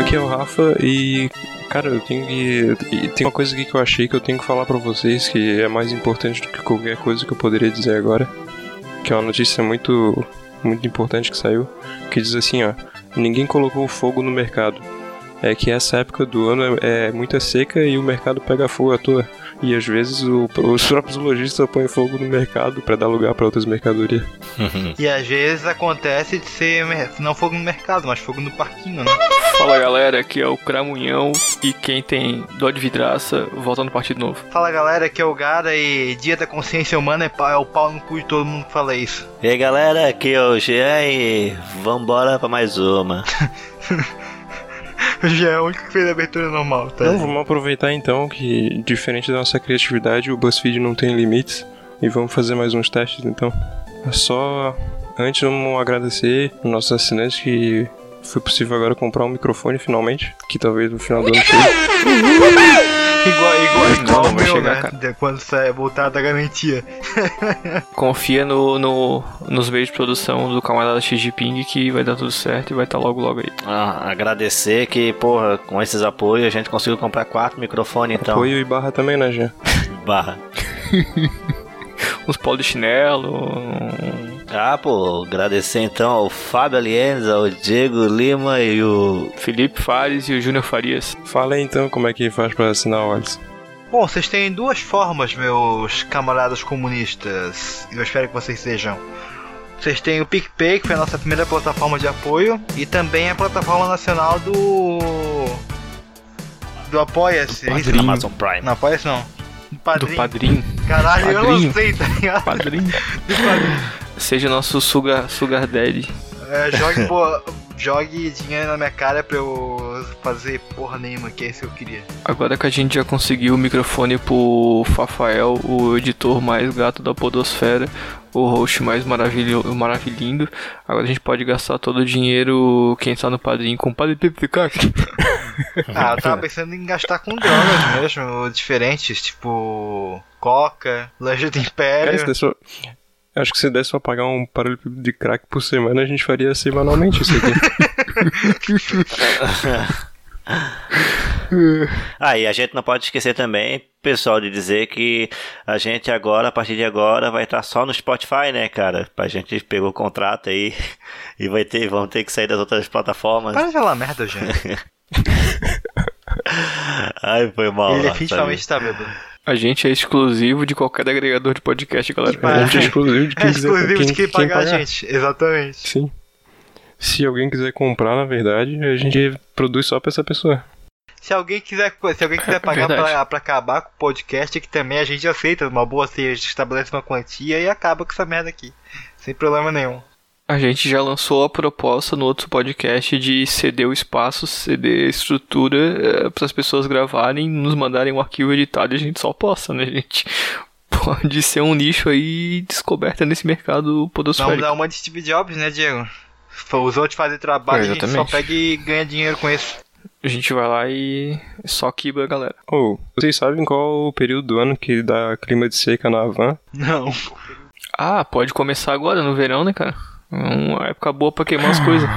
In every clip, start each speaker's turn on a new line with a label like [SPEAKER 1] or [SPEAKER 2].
[SPEAKER 1] Aqui é o Rafa e Cara, eu tenho que. e Tem uma coisa aqui que eu achei que eu tenho que falar pra vocês que é mais importante do que qualquer coisa que eu poderia dizer agora. Que é uma notícia muito. muito importante que saiu. Que diz assim, ó. Ninguém colocou fogo no mercado. É que essa época do ano é, é muita seca e o mercado pega fogo à toa. E às vezes o- os próprios lojistas põem fogo no mercado pra dar lugar pra outras mercadorias.
[SPEAKER 2] E às vezes acontece de ser mer- não fogo no mercado, mas fogo no parquinho, né?
[SPEAKER 3] Fala galera, aqui é o Cramunhão e quem tem dó de vidraça, volta no partido novo.
[SPEAKER 2] Fala galera, aqui é o Gara e dia da consciência humana é, pa- é o pau no cu de todo mundo que fala isso.
[SPEAKER 4] E aí galera, aqui é o Jean e vambora pra mais uma.
[SPEAKER 2] Já é o único que fez a abertura normal, tá?
[SPEAKER 1] Então vamos aproveitar então que, diferente da nossa criatividade, o BuzzFeed não tem limites e vamos fazer mais uns testes então. É Só antes vamos agradecer aos nossos assinantes que foi possível agora comprar um microfone finalmente, que talvez no final do ano chegue.
[SPEAKER 2] Igual, igual, igual
[SPEAKER 3] Não,
[SPEAKER 2] o
[SPEAKER 3] vai
[SPEAKER 2] meu,
[SPEAKER 3] chegar,
[SPEAKER 2] né?
[SPEAKER 3] cara.
[SPEAKER 2] De- Quando sai voltar da garantia.
[SPEAKER 3] Confia no, no- nos meios de produção do camarada Xi Jinping que vai dar tudo certo e vai estar logo logo aí.
[SPEAKER 4] Ah, agradecer que, porra, com esses apoios a gente conseguiu comprar quatro microfones então.
[SPEAKER 1] Apoio e barra também, né, Jean?
[SPEAKER 4] Barra.
[SPEAKER 3] Uns pau de chinelo, um
[SPEAKER 4] Ah, pô, agradecer então ao Fábio Alienza, ao Diego Lima e o.
[SPEAKER 3] Felipe Fares e o Júnior Farias.
[SPEAKER 1] Fala aí então como é que faz pra assinar o Alisson.
[SPEAKER 2] Bom, vocês têm duas formas, meus camaradas comunistas. Eu espero que vocês sejam. Vocês têm o PicPay, que foi a nossa primeira plataforma de apoio, e também a plataforma nacional do. do Apoia-se. é
[SPEAKER 3] Padrim.
[SPEAKER 4] Amazon Prime.
[SPEAKER 2] Não, Apoia-se não. Do Padrim.
[SPEAKER 3] Do padrinho.
[SPEAKER 2] Caralho, eu não
[SPEAKER 3] Padrinho.
[SPEAKER 2] sei, tá ligado?
[SPEAKER 3] Padrinho.
[SPEAKER 2] Do Padrim.
[SPEAKER 3] Seja nosso sugar, sugar daddy.
[SPEAKER 2] É, jogue, boa- jogue dinheiro na minha cara pra eu fazer porra nenhuma, que é isso que eu queria.
[SPEAKER 3] Agora que a gente já conseguiu o microfone pro Fafael, o editor mais gato da podosfera, o host mais maravilho, maravilhindo, agora a gente pode gastar todo o dinheiro, quem está no padrinho, com o Padre Pipo Picaque. É
[SPEAKER 2] Ah, eu tava pensando em gastar com drogas mesmo, diferentes, tipo. Coca, lanche do
[SPEAKER 1] Cara, se
[SPEAKER 2] império.
[SPEAKER 1] der só- Acho que se desse pra pagar um paralho de crack por semana, a gente faria semanalmente isso aqui.
[SPEAKER 4] Ah, e a gente não pode esquecer também, pessoal, de dizer que a gente agora, a partir de agora, vai estar só no Spotify, né, cara? A gente pegou o contrato aí e vai ter, vamos ter que sair das outras plataformas. né?
[SPEAKER 2] Para de falar merda, gente.
[SPEAKER 4] Ai, foi mal.
[SPEAKER 2] Ele
[SPEAKER 4] lá,
[SPEAKER 2] definitivamente tá bêbado.
[SPEAKER 3] A gente é exclusivo de qualquer agregador de podcast, galera.
[SPEAKER 1] A gente é exclusivo de quem
[SPEAKER 2] É
[SPEAKER 1] quiser-
[SPEAKER 2] exclusivo
[SPEAKER 1] quem-
[SPEAKER 2] de quem
[SPEAKER 1] quem
[SPEAKER 2] pagar a gente, exatamente.
[SPEAKER 1] Sim. Se alguém quiser comprar, na verdade, a gente produz só pra essa pessoa.
[SPEAKER 2] Se alguém quiser, se alguém quiser pagar
[SPEAKER 3] verdade.
[SPEAKER 2] pra, pra acabar com o podcast, é que também a gente aceita uma boa, se a gente estabelece uma quantia e acaba com essa merda aqui. Sem problema nenhum.
[SPEAKER 3] A gente já lançou a proposta no outro podcast de ceder o espaço, ceder a estrutura para as pessoas gravarem, nos mandarem um arquivo editado e a gente só possa, né, gente? Pode ser um nicho aí descoberta nesse mercado
[SPEAKER 2] Vamos
[SPEAKER 3] podosférico.
[SPEAKER 2] dar uma de Steve Jobs, né, Diego? F- Os outros fazem trabalho,
[SPEAKER 3] É,
[SPEAKER 2] a gente só
[SPEAKER 3] exatamente.
[SPEAKER 2] pega e ganha dinheiro com isso.
[SPEAKER 3] A gente vai lá e só quiba, galera.
[SPEAKER 1] Ou, vocês sabem qual o período do ano que dá clima de seca na Havan?
[SPEAKER 2] Não.
[SPEAKER 3] Ah, pode começar agora, no verão, né, cara? É Uma época boa pra queimar as coisas.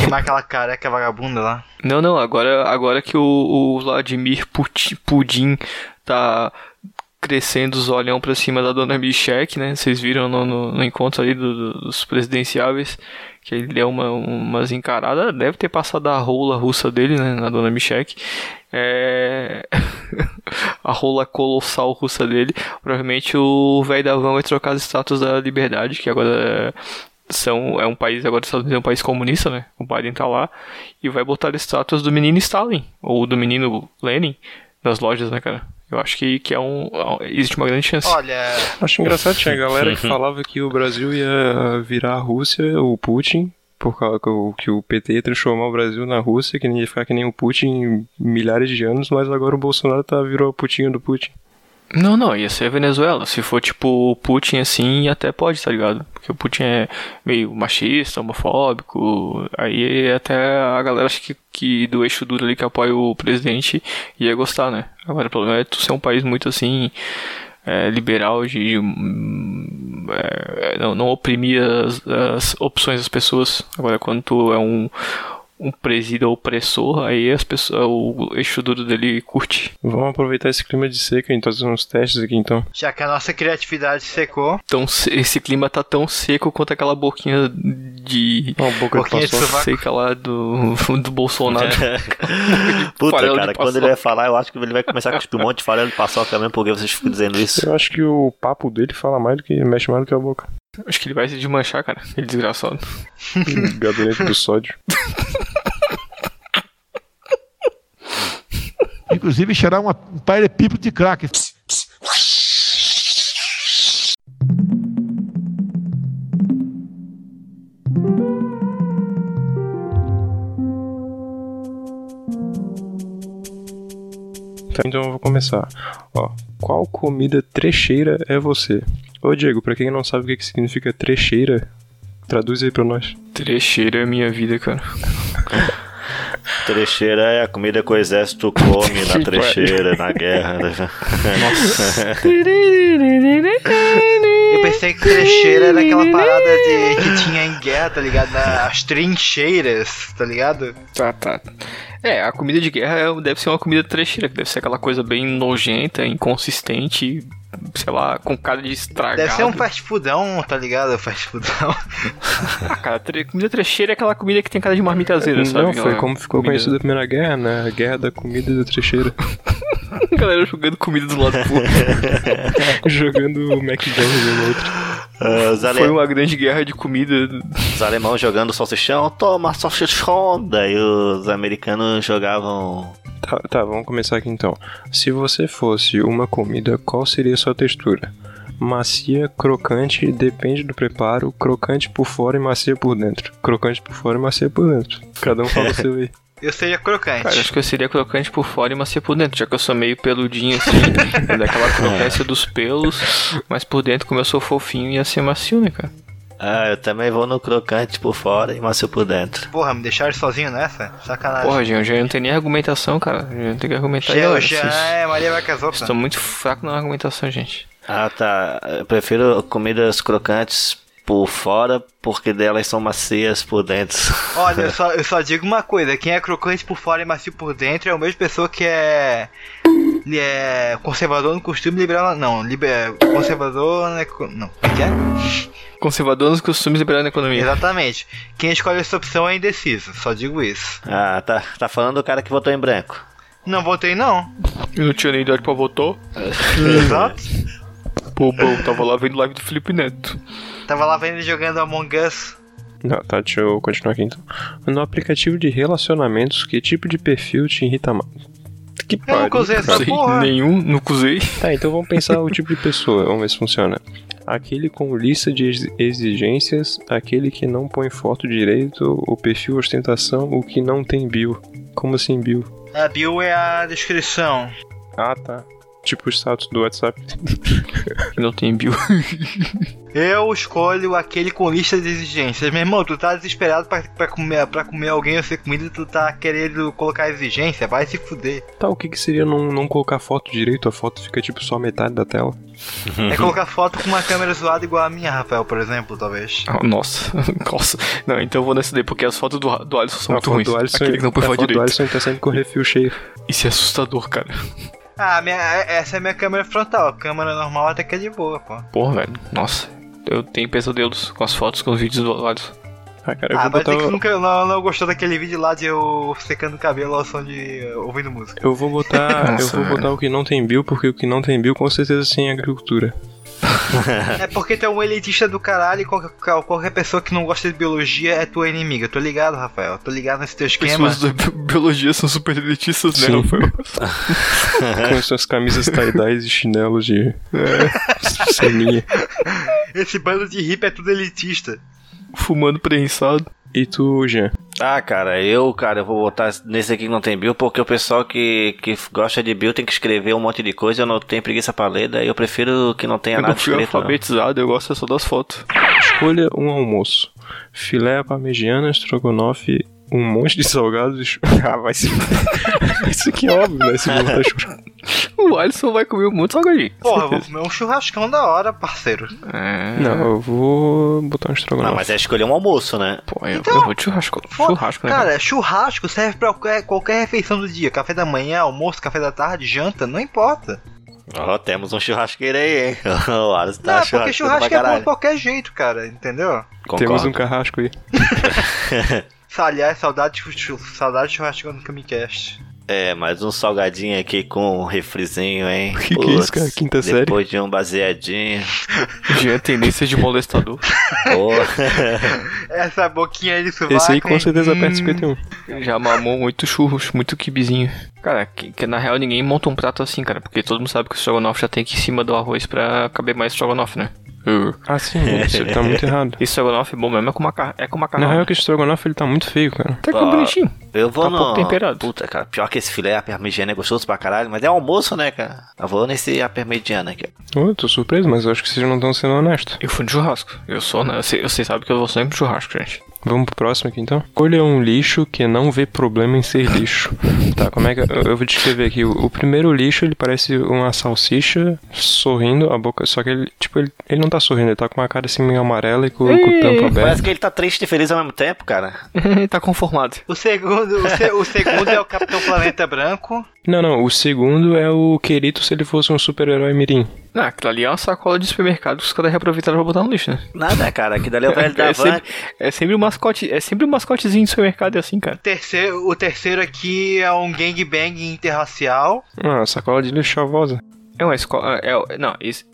[SPEAKER 2] Queimar aquela careca vagabunda lá.
[SPEAKER 3] Não, não, agora, agora que o, o Vladimir Puti- Pudim tá crescendo os olhão pra cima da dona Michek, né? Vocês viram no, no- no encontro ali do- do- dos presidenciáveis que ele deu uma, umas encaradas, deve ter passado a rola russa dele, né? Na dona Michek. É... a rola colossal russa dele. Provavelmente o velho da van vai trocar o status da liberdade, que agora é- são, é um país, agora os Estados Unidos é um país comunista, né? O Biden tá lá e vai botar o status do menino Stalin, ou do menino Lenin, nas lojas, né, cara? Eu acho que, que é um. Existe uma grande chance.
[SPEAKER 2] Olha,
[SPEAKER 1] Acho engraçado, tinha galera que falava que o Brasil ia virar a Rússia, o Putin, por causa que o, que o PT ia transformar o Brasil na Rússia, que nem ia ficar que nem o Putin em milhares de anos, mas agora o Bolsonaro tá, virou a putinha do Putin.
[SPEAKER 3] Não, não, ia ser a Venezuela. Se for tipo o Putin assim, até pode, tá ligado? Porque o Putin é meio machista, homofóbico. Aí até a galera acho que, que do eixo duro ali que apoia o presidente ia gostar, né? Agora o problema é tu ser um país muito assim. é, liberal de, de, hum, é, não, não oprimir as, as opções das pessoas. Agora quando tu é um um presídio opressor, aí as pessoas, o eixo duro dele curte.
[SPEAKER 1] Vamos aproveitar esse clima de seca e fazer uns testes aqui então.
[SPEAKER 2] Já que a nossa criatividade secou,
[SPEAKER 3] Então se- esse clima tá tão seco quanto aquela boquinha de
[SPEAKER 1] Ó, a boca de
[SPEAKER 2] Pouquinho de
[SPEAKER 1] paçoca.
[SPEAKER 2] sovaco.
[SPEAKER 3] seca lá do, do Bolsonaro.
[SPEAKER 4] Né? É. Puta,
[SPEAKER 3] Farelo de
[SPEAKER 4] cara, quando
[SPEAKER 3] paçoca.
[SPEAKER 4] ele vai falar, eu acho que ele vai começar a cuspir um monte de farelo de paçoca mesmo, porque vocês ficam dizendo isso.
[SPEAKER 1] Eu acho que o papo dele fala mais do que. mexe mais do que a boca.
[SPEAKER 3] Acho que ele vai se desmanchar, cara. Ele é desgraçado.
[SPEAKER 1] Gabinete do sódio.
[SPEAKER 5] Inclusive, cheirar uma, um pipa de crack.
[SPEAKER 1] Tá, então eu vou começar. Ó, qual comida trecheira é você? Ô Diego, pra quem não sabe o que, que significa trecheira, traduz aí pra nós.
[SPEAKER 3] Trecheiro é minha vida, cara.
[SPEAKER 4] Trecheira é a comida que o exército come na trecheira, na guerra. né?
[SPEAKER 2] eu pensei que trecheira era aquela parada de que tinha em guerra, tá ligado? Na- As trincheiras, tá ligado?
[SPEAKER 3] Tá, tá. É, a comida de guerra é- deve ser uma comida trecheira, que deve ser aquela coisa bem nojenta, inconsistente, sei lá, com cara de estragado.
[SPEAKER 2] Deve ser um fast foodão, tá ligado? Fast foodão.
[SPEAKER 3] Ah, cara, tre- comida trecheira é aquela comida que tem cara de marmita azeira, sabe?
[SPEAKER 1] não, foi
[SPEAKER 3] Aquela
[SPEAKER 1] como ficou
[SPEAKER 3] comida-
[SPEAKER 1] conhecido da Primeira Guerra, né? A guerra da comida e da trecheira.
[SPEAKER 3] A galera jogando comida do lado do outro.
[SPEAKER 1] Jogando o Mac Jones no outro.
[SPEAKER 4] Ah, os, ale...
[SPEAKER 3] Foi um- uma grande guerra de comida.
[SPEAKER 4] os alemãos jogando salsichão, toma salsichão, daí os americanos jogavam...
[SPEAKER 1] Tá, tá, vamos começar aqui então. Se você fosse uma comida, qual seria sua textura? Macia, crocante, depende do preparo, crocante por fora e macia por dentro. Crocante por fora e macia por dentro. Cada um fala o seu aí.
[SPEAKER 2] Eu seria
[SPEAKER 3] Cara,
[SPEAKER 2] crocante.
[SPEAKER 3] É, acho que eu seria crocante por fora e macia por dentro, já que eu sou meio peludinho assim, daquela crocância dos pelos, mas por dentro, como eu sou fofinho, ia ser macio, né, cara?
[SPEAKER 4] Ah, eu também vou no crocante por fora e macio por dentro.
[SPEAKER 2] Porra, me deixaram sozinho nessa? Sacanagem.
[SPEAKER 3] Porra, Jean, Jean não tem nem argumentação, cara. Jean não tem que argumentar aí,
[SPEAKER 2] Jean,
[SPEAKER 3] galera.
[SPEAKER 2] Jean
[SPEAKER 3] Vocês-
[SPEAKER 2] é Maria vai
[SPEAKER 3] vocês estão muito fraco na argumentação, gente.
[SPEAKER 4] Ah, tá. Eu prefiro comidas crocantes por fora, porque delas são macias por dentro.
[SPEAKER 2] Olha, eu só, eu só digo uma coisa, quem é crocante por fora e macio por dentro é a mesma pessoa que é. Ele é conservador no costume liberal. Não, liber, conservador na eco- Não, como que é?
[SPEAKER 3] Conservador nos costumes liberais na economia.
[SPEAKER 2] Exatamente. Quem escolhe essa opção é indeciso, só digo isso.
[SPEAKER 4] Ah, tá. Tá falando do cara que votou em branco.
[SPEAKER 2] Não votei não.
[SPEAKER 3] Eu não tinha nem idade pra votar.
[SPEAKER 2] Exato.
[SPEAKER 3] Pô, bom, tava lá vendo live do Felipe Neto.
[SPEAKER 2] Tava lá vendo ele jogando Among Us.
[SPEAKER 1] Não, tá, deixa eu continuar aqui então. No aplicativo de relacionamentos, que tipo de perfil te irrita mais? Que
[SPEAKER 2] Eu nunca
[SPEAKER 1] pariu,
[SPEAKER 2] usei essa
[SPEAKER 1] cara.
[SPEAKER 3] Sei
[SPEAKER 2] porra.
[SPEAKER 3] nenhum, nunca usei.
[SPEAKER 1] Tá, então vamos pensar o tipo de pessoa, vamos ver se funciona. Aquele com lista de ex- exigências, aquele que não põe foto direito, o perfil ostentação, o que não tem bio. Como assim bio?
[SPEAKER 2] A bio é a descrição.
[SPEAKER 1] Ah, tá. Tipo o status do WhatsApp.
[SPEAKER 3] Não tem bio.
[SPEAKER 2] Eu escolho aquele com lista de exigências. Meu irmão, tu tá desesperado pra, pra, comer, pra comer alguém ou ser comida e tu tá querendo colocar exigência? Vai se fuder.
[SPEAKER 1] Tá, o que, que seria não, não colocar foto direito? A foto fica tipo só metade da tela. Uhum.
[SPEAKER 2] É colocar foto com uma câmera zoada igual a minha, Rafael, por exemplo, talvez.
[SPEAKER 3] Ah, Nossa, nossa. Não, então eu vou nessa daí, porque as fotos do, do Alisson são
[SPEAKER 1] a
[SPEAKER 3] muito
[SPEAKER 1] foto
[SPEAKER 3] ruins.
[SPEAKER 1] do Alisson, é-
[SPEAKER 3] Aquele que não põe
[SPEAKER 1] a
[SPEAKER 3] foto
[SPEAKER 1] foto do
[SPEAKER 3] direito.
[SPEAKER 1] Alisson tá sempre com o refil cheio.
[SPEAKER 3] Isso é assustador, cara.
[SPEAKER 2] Ah, minha, essa é a minha câmera frontal. A câmera normal até que é de boa, pô.
[SPEAKER 3] Porra, velho. Nossa. Eu tenho pesadelos com as fotos, com os vídeos do Alisson.
[SPEAKER 1] Ah, cara, eu
[SPEAKER 2] Ah,
[SPEAKER 1] vou
[SPEAKER 2] mas
[SPEAKER 1] botar.
[SPEAKER 2] é que nunca não, não gostou daquele vídeo lá de eu secando o cabelo ao som de. eh, ouvindo música.
[SPEAKER 1] Eu vou botar. eu
[SPEAKER 3] Nossa,
[SPEAKER 1] vou
[SPEAKER 3] velho.
[SPEAKER 1] botar o que não tem bio, porque o que não tem bio com certeza sim é agricultura.
[SPEAKER 2] É porque tu é um elitista do caralho e qualquer, qual- qualquer pessoa que não gosta de biologia é tua inimiga. Tô ligado, Rafael. Tô ligado nesse teu esquema.
[SPEAKER 3] Pessoas da bi- biologia são super elitistas, né,
[SPEAKER 1] Sim.
[SPEAKER 3] Rafael?
[SPEAKER 1] com suas camisas tie-dyes e chinelos de é, seminha.
[SPEAKER 2] Esse bando de hippie é tudo elitista.
[SPEAKER 3] Fumando prensado.
[SPEAKER 1] E tu, Jean?
[SPEAKER 4] Ah, cara, eu, cara, eu vou botar nesse aqui que não tem bio, porque o pessoal que, que gosta de bio tem que escrever um monte de coisa, eu não tenho preguiça pra ler, daí eu prefiro que não tenha
[SPEAKER 3] eu
[SPEAKER 4] nada
[SPEAKER 3] não fui
[SPEAKER 4] escrito. não.
[SPEAKER 3] alfabetizado, eu gosto só das fotos.
[SPEAKER 1] Escolha um almoço. Filé à parmegiana, estrogonofe, um monte de salgados. ah, vai se. Isso aqui é óbvio, né? Esse povo tá chorando.
[SPEAKER 3] O Alisson vai comer um monte de salgadinho.
[SPEAKER 2] Porra, eu vou comer um churrascão da hora, parceiro.
[SPEAKER 3] É.
[SPEAKER 1] Não, eu vou botar um
[SPEAKER 4] Não,
[SPEAKER 1] estrogonofe.
[SPEAKER 4] mas é escolher um almoço, né?
[SPEAKER 3] Pô, eu,
[SPEAKER 2] Então-
[SPEAKER 3] eu vou de churrasco.
[SPEAKER 2] Fo-
[SPEAKER 3] Churrasco, né?
[SPEAKER 2] cara, churrasco serve pra qualquer, qualquer refeição do dia. Café da manhã, almoço, café da tarde, janta, não importa.
[SPEAKER 4] Ó, temos um churrasqueiro aí, hein? o Alisson tá
[SPEAKER 2] não, porque
[SPEAKER 4] churrasqueiro pra
[SPEAKER 2] churrasco é bom de
[SPEAKER 4] caralho.
[SPEAKER 2] qualquer jeito, cara, entendeu?
[SPEAKER 1] Temos
[SPEAKER 4] Concordo.
[SPEAKER 1] um carrasco aí.
[SPEAKER 2] Aliás, é saudade, de chu- saudade de churrasco no Camicast.
[SPEAKER 4] É, mais um salgadinho aqui com um refrizinho, hein?
[SPEAKER 1] Que que é isso, cara? Quinta
[SPEAKER 4] depois
[SPEAKER 1] série?
[SPEAKER 4] Depois de um baseadinho.
[SPEAKER 3] Jean tendência de molestador.
[SPEAKER 4] Pô.
[SPEAKER 2] Essa boquinha aí de sovaco,
[SPEAKER 1] Esse aí com
[SPEAKER 2] hein?
[SPEAKER 1] certeza aperta
[SPEAKER 2] Hum,
[SPEAKER 1] 51.
[SPEAKER 3] Já mamou muito churros, muito kibizinho. Cara, que, que na real ninguém monta um prato assim, cara. Porque todo mundo sabe que o estrogonofe já tem que ir em cima do arroz pra caber mais estrogonofe, né? Uh.
[SPEAKER 1] Ah, sim, isso tá muito errado.
[SPEAKER 3] E estrogonofe bom mesmo é com, macar é com
[SPEAKER 1] Na
[SPEAKER 3] macarrão.
[SPEAKER 1] real, que o estrogonofe ele tá muito feio, cara.
[SPEAKER 3] Até que é
[SPEAKER 4] Ó,
[SPEAKER 3] bonitinho.
[SPEAKER 4] Eu vou
[SPEAKER 3] Tá
[SPEAKER 4] no...
[SPEAKER 3] pouco temperado.
[SPEAKER 4] Puta, cara, pior que esse filé à parmegiana é gostoso pra caralho, mas é almoço, né, cara? Eu vou nesse à parmegiana aqui. ó.
[SPEAKER 1] Ô, eu tô surpreso, mas eu acho que vocês não estão sendo honestos.
[SPEAKER 3] Eu fui no churrasco. Eu sou, né? Vocês vocês sabem que eu vou sempre no churrasco, gente.
[SPEAKER 1] Vamos pro próximo aqui então. Escolha um lixo que não vê problema em ser lixo. Tá, como é que. Eu eu vou descrever aqui. O, o primeiro lixo, ele parece uma salsicha sorrindo, a boca. Só que ele, tipo, ele, ele não tá sorrindo, ele tá com uma cara assim meio amarela e com, com o tampo
[SPEAKER 3] É.
[SPEAKER 1] aberto.
[SPEAKER 4] Parece que ele tá triste e feliz ao mesmo tempo, cara.
[SPEAKER 3] tá conformado.
[SPEAKER 2] O segundo, o, se- o segundo é o Capitão Planeta Branco.
[SPEAKER 1] Não, não, o segundo é o querido se ele fosse um super-herói Mirim.
[SPEAKER 3] Ah, aquilo ali é uma sacola de supermercado que os caras reaproveitaram pra botar no lixo, né?
[SPEAKER 4] Nada, cara, aqui dali é o velho da
[SPEAKER 3] É
[SPEAKER 4] van.
[SPEAKER 3] sempre, é sempre o mascote, é sempre o mascotezinho do supermercado é assim, cara.
[SPEAKER 2] Terceiro, o terceiro aqui é um gangbang interracial.
[SPEAKER 1] Ah, sacola de lixo chavosa.
[SPEAKER 3] É uma escola, é, não, isso,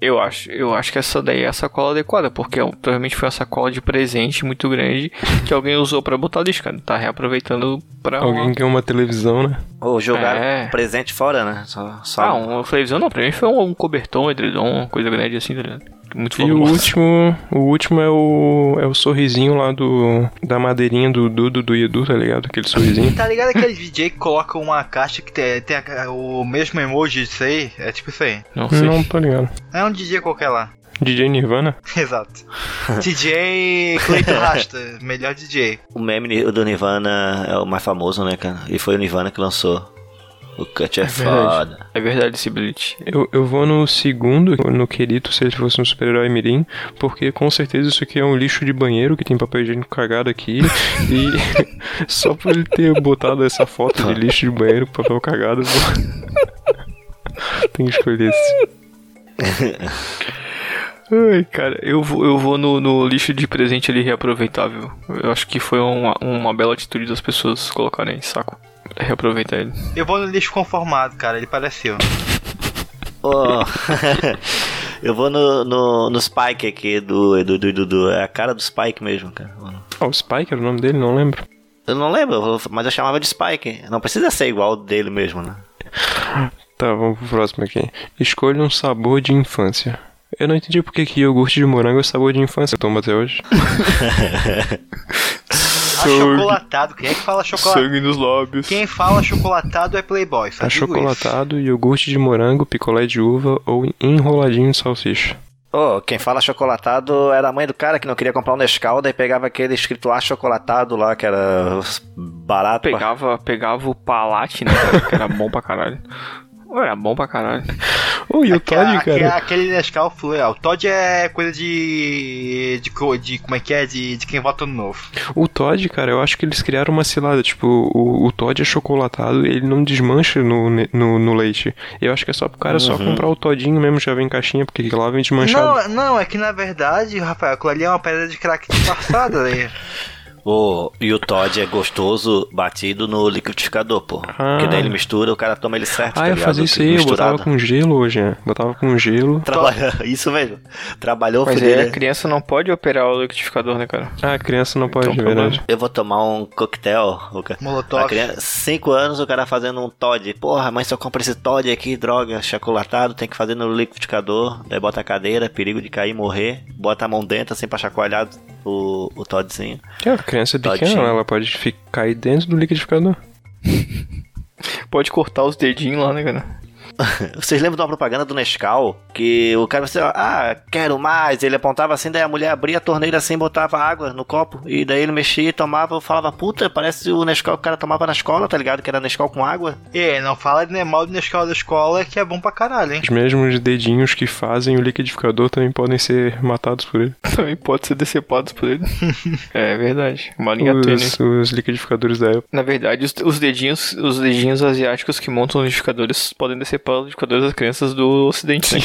[SPEAKER 3] eu acho, eu acho que essa daí é a sacola adequada, porque é um- provavelmente foi uma sacola de presente muito grande que alguém usou pra botar lixo, cara. Tá reaproveitando pra uma-
[SPEAKER 1] Alguém ganhou uma televisão, né?
[SPEAKER 4] Ou jogaram
[SPEAKER 3] É.
[SPEAKER 4] presente fora, né? Só, só...
[SPEAKER 3] Ah, um televisão não, pra mim foi um, um cobertor, um edredom, uma coisa grande assim, tá ligado? Muito
[SPEAKER 1] E o
[SPEAKER 3] volumoso.
[SPEAKER 1] último, o último é o é o sorrisinho lá do da madeirinha do Dudu do Edu, tá ligado? Aquele sorrisinho.
[SPEAKER 2] Tá ligado aquele DJ que coloca uma caixa que tem, tem a- o mesmo emoji disso aí? É tipo isso aí.
[SPEAKER 3] Não sei.
[SPEAKER 1] Não tô ligado.
[SPEAKER 2] É um DJ qualquer lá.
[SPEAKER 1] DJ Nirvana?
[SPEAKER 2] Exato. DJ Cleiton Rasta, melhor DJ.
[SPEAKER 4] O meme do Nirvana é o mais famoso, né, cara? E foi o Nirvana que lançou. O Cut é,
[SPEAKER 1] verdade.
[SPEAKER 4] foda.
[SPEAKER 3] É verdade esse Blitz.
[SPEAKER 1] Eu, eu vou no segundo, no querido, se ele fosse um super-herói mirim, porque com certeza isso aqui é um lixo de banheiro que tem papel higiênico cagado aqui. e só por ele ter botado essa foto de lixo de banheiro com papel cagado, eu vou... tem que escolher esse.
[SPEAKER 3] Ai, cara, eu vou, eu vou no, no lixo de presente ali reaproveitável. Eu acho que foi uma, uma bela atitude das pessoas colocarem, saco? Reaproveitar ele.
[SPEAKER 2] Eu vou no lixo conformado, cara, ele pareceu.
[SPEAKER 4] Ô, Eu vou no, no, no Spike aqui do Edu do Dudu. É a cara do Spike mesmo, cara.
[SPEAKER 1] Ah, o Spike era o nome dele, não lembro.
[SPEAKER 4] Eu não lembro, eu- mas eu chamava de Spike. Não precisa ser igual o dele mesmo, né?
[SPEAKER 1] Tá, vamos pro próximo aqui. Escolha um sabor de infância. Eu não entendi porque que iogurte de morango é sabor de infância. Eu tomo até hoje.
[SPEAKER 2] Achocolatado, quem é que fala chocolatado?
[SPEAKER 3] nos lábios.
[SPEAKER 2] Quem fala chocolatado é Playboy, só digo isso.
[SPEAKER 1] Achocolatado, Tá iogurte de morango, picolé de uva ou enroladinho de salsicha.
[SPEAKER 4] Ô, quem fala chocolatado era a mãe do cara que não queria comprar um Nescau, daí pegava aquele escrito achocolatado lá, que era barato. pra-
[SPEAKER 3] Pegava, pagava o palate, né, cara, que era bom pra caralho. Era bom pra caralho.
[SPEAKER 1] Ô, e o Todd,
[SPEAKER 2] Aque-
[SPEAKER 1] cara?
[SPEAKER 2] Aquele Nescau foi. ah, O Todd é coisa de. de. co- de como é que é? De, de quem vota no novo.
[SPEAKER 1] O Todd, cara, eu acho que eles criaram uma cilada. Tipo, o, o Todd é chocolatado, ele não desmancha no, ne- no, no leite. Eu acho que é só pro cara só comprar o Todinho mesmo, já vem em caixinha, porque lá vem desmanchado.
[SPEAKER 2] Não, não, é que na verdade, Rafael, aquilo ali é uma pedra de crack disfarçada né? aí.
[SPEAKER 4] Ô, e o Todd é gostoso batido no liquidificador, pô.
[SPEAKER 1] Ah.
[SPEAKER 4] Que daí ele mistura, o cara toma ele certo.
[SPEAKER 1] Ah,
[SPEAKER 4] tá
[SPEAKER 1] eu
[SPEAKER 4] ligado?
[SPEAKER 1] fazia isso aí, eu botava
[SPEAKER 4] Misturado.
[SPEAKER 1] com gelo hoje, né? Botava com gelo.
[SPEAKER 4] Trabalha... Isso mesmo. Trabalhou o
[SPEAKER 3] Mas
[SPEAKER 1] é
[SPEAKER 4] filho
[SPEAKER 3] aí a
[SPEAKER 4] dele.
[SPEAKER 3] criança não pode operar o liquidificador, né, cara?
[SPEAKER 1] Ah, criança não pode,
[SPEAKER 3] Então,
[SPEAKER 1] de verdade.
[SPEAKER 4] Eu vou tomar um coquetel, o cara.
[SPEAKER 2] Molotov.
[SPEAKER 4] A criança, cinco anos, o cara fazendo um Todd. Porra, mãe, só compra esse Todd aqui, droga, chacolatado, tem que fazer no liquidificador. Daí bota a cadeira, perigo de cair e morrer. Bota a mão dentro, assim, pra chacoalhar o, o Toddzinho.
[SPEAKER 1] É, a criança é
[SPEAKER 4] Todinho.
[SPEAKER 1] pequena, ela pode ficar aí dentro do liquidificador.
[SPEAKER 3] Pode cortar os dedinhos lá, né, cara?
[SPEAKER 4] Vocês lembram de uma propaganda do Nescau? Que o cara falava, ah, quero mais. Ele apontava assim, daí a mulher abria a torneira assim, botava água no copo. E daí ele mexia e tomava. Eu falava, puta, parece o Nescau que o cara tomava na escola, tá ligado? Que era Nescau com água.
[SPEAKER 2] E não fala de mal do Nescau da escola que é bom pra caralho, hein?
[SPEAKER 1] Os mesmos dedinhos que fazem o liquidificador também podem ser matados por ele.
[SPEAKER 3] Também pode ser decepado por ele. é verdade. Uma linha tênue.
[SPEAKER 1] Os, os liquidificadores da Apple.
[SPEAKER 3] Na verdade, os, os dedinhos, os dedinhos asiáticos que montam os liquidificadores podem decepar os liquidificadores das crianças do ocidente, né?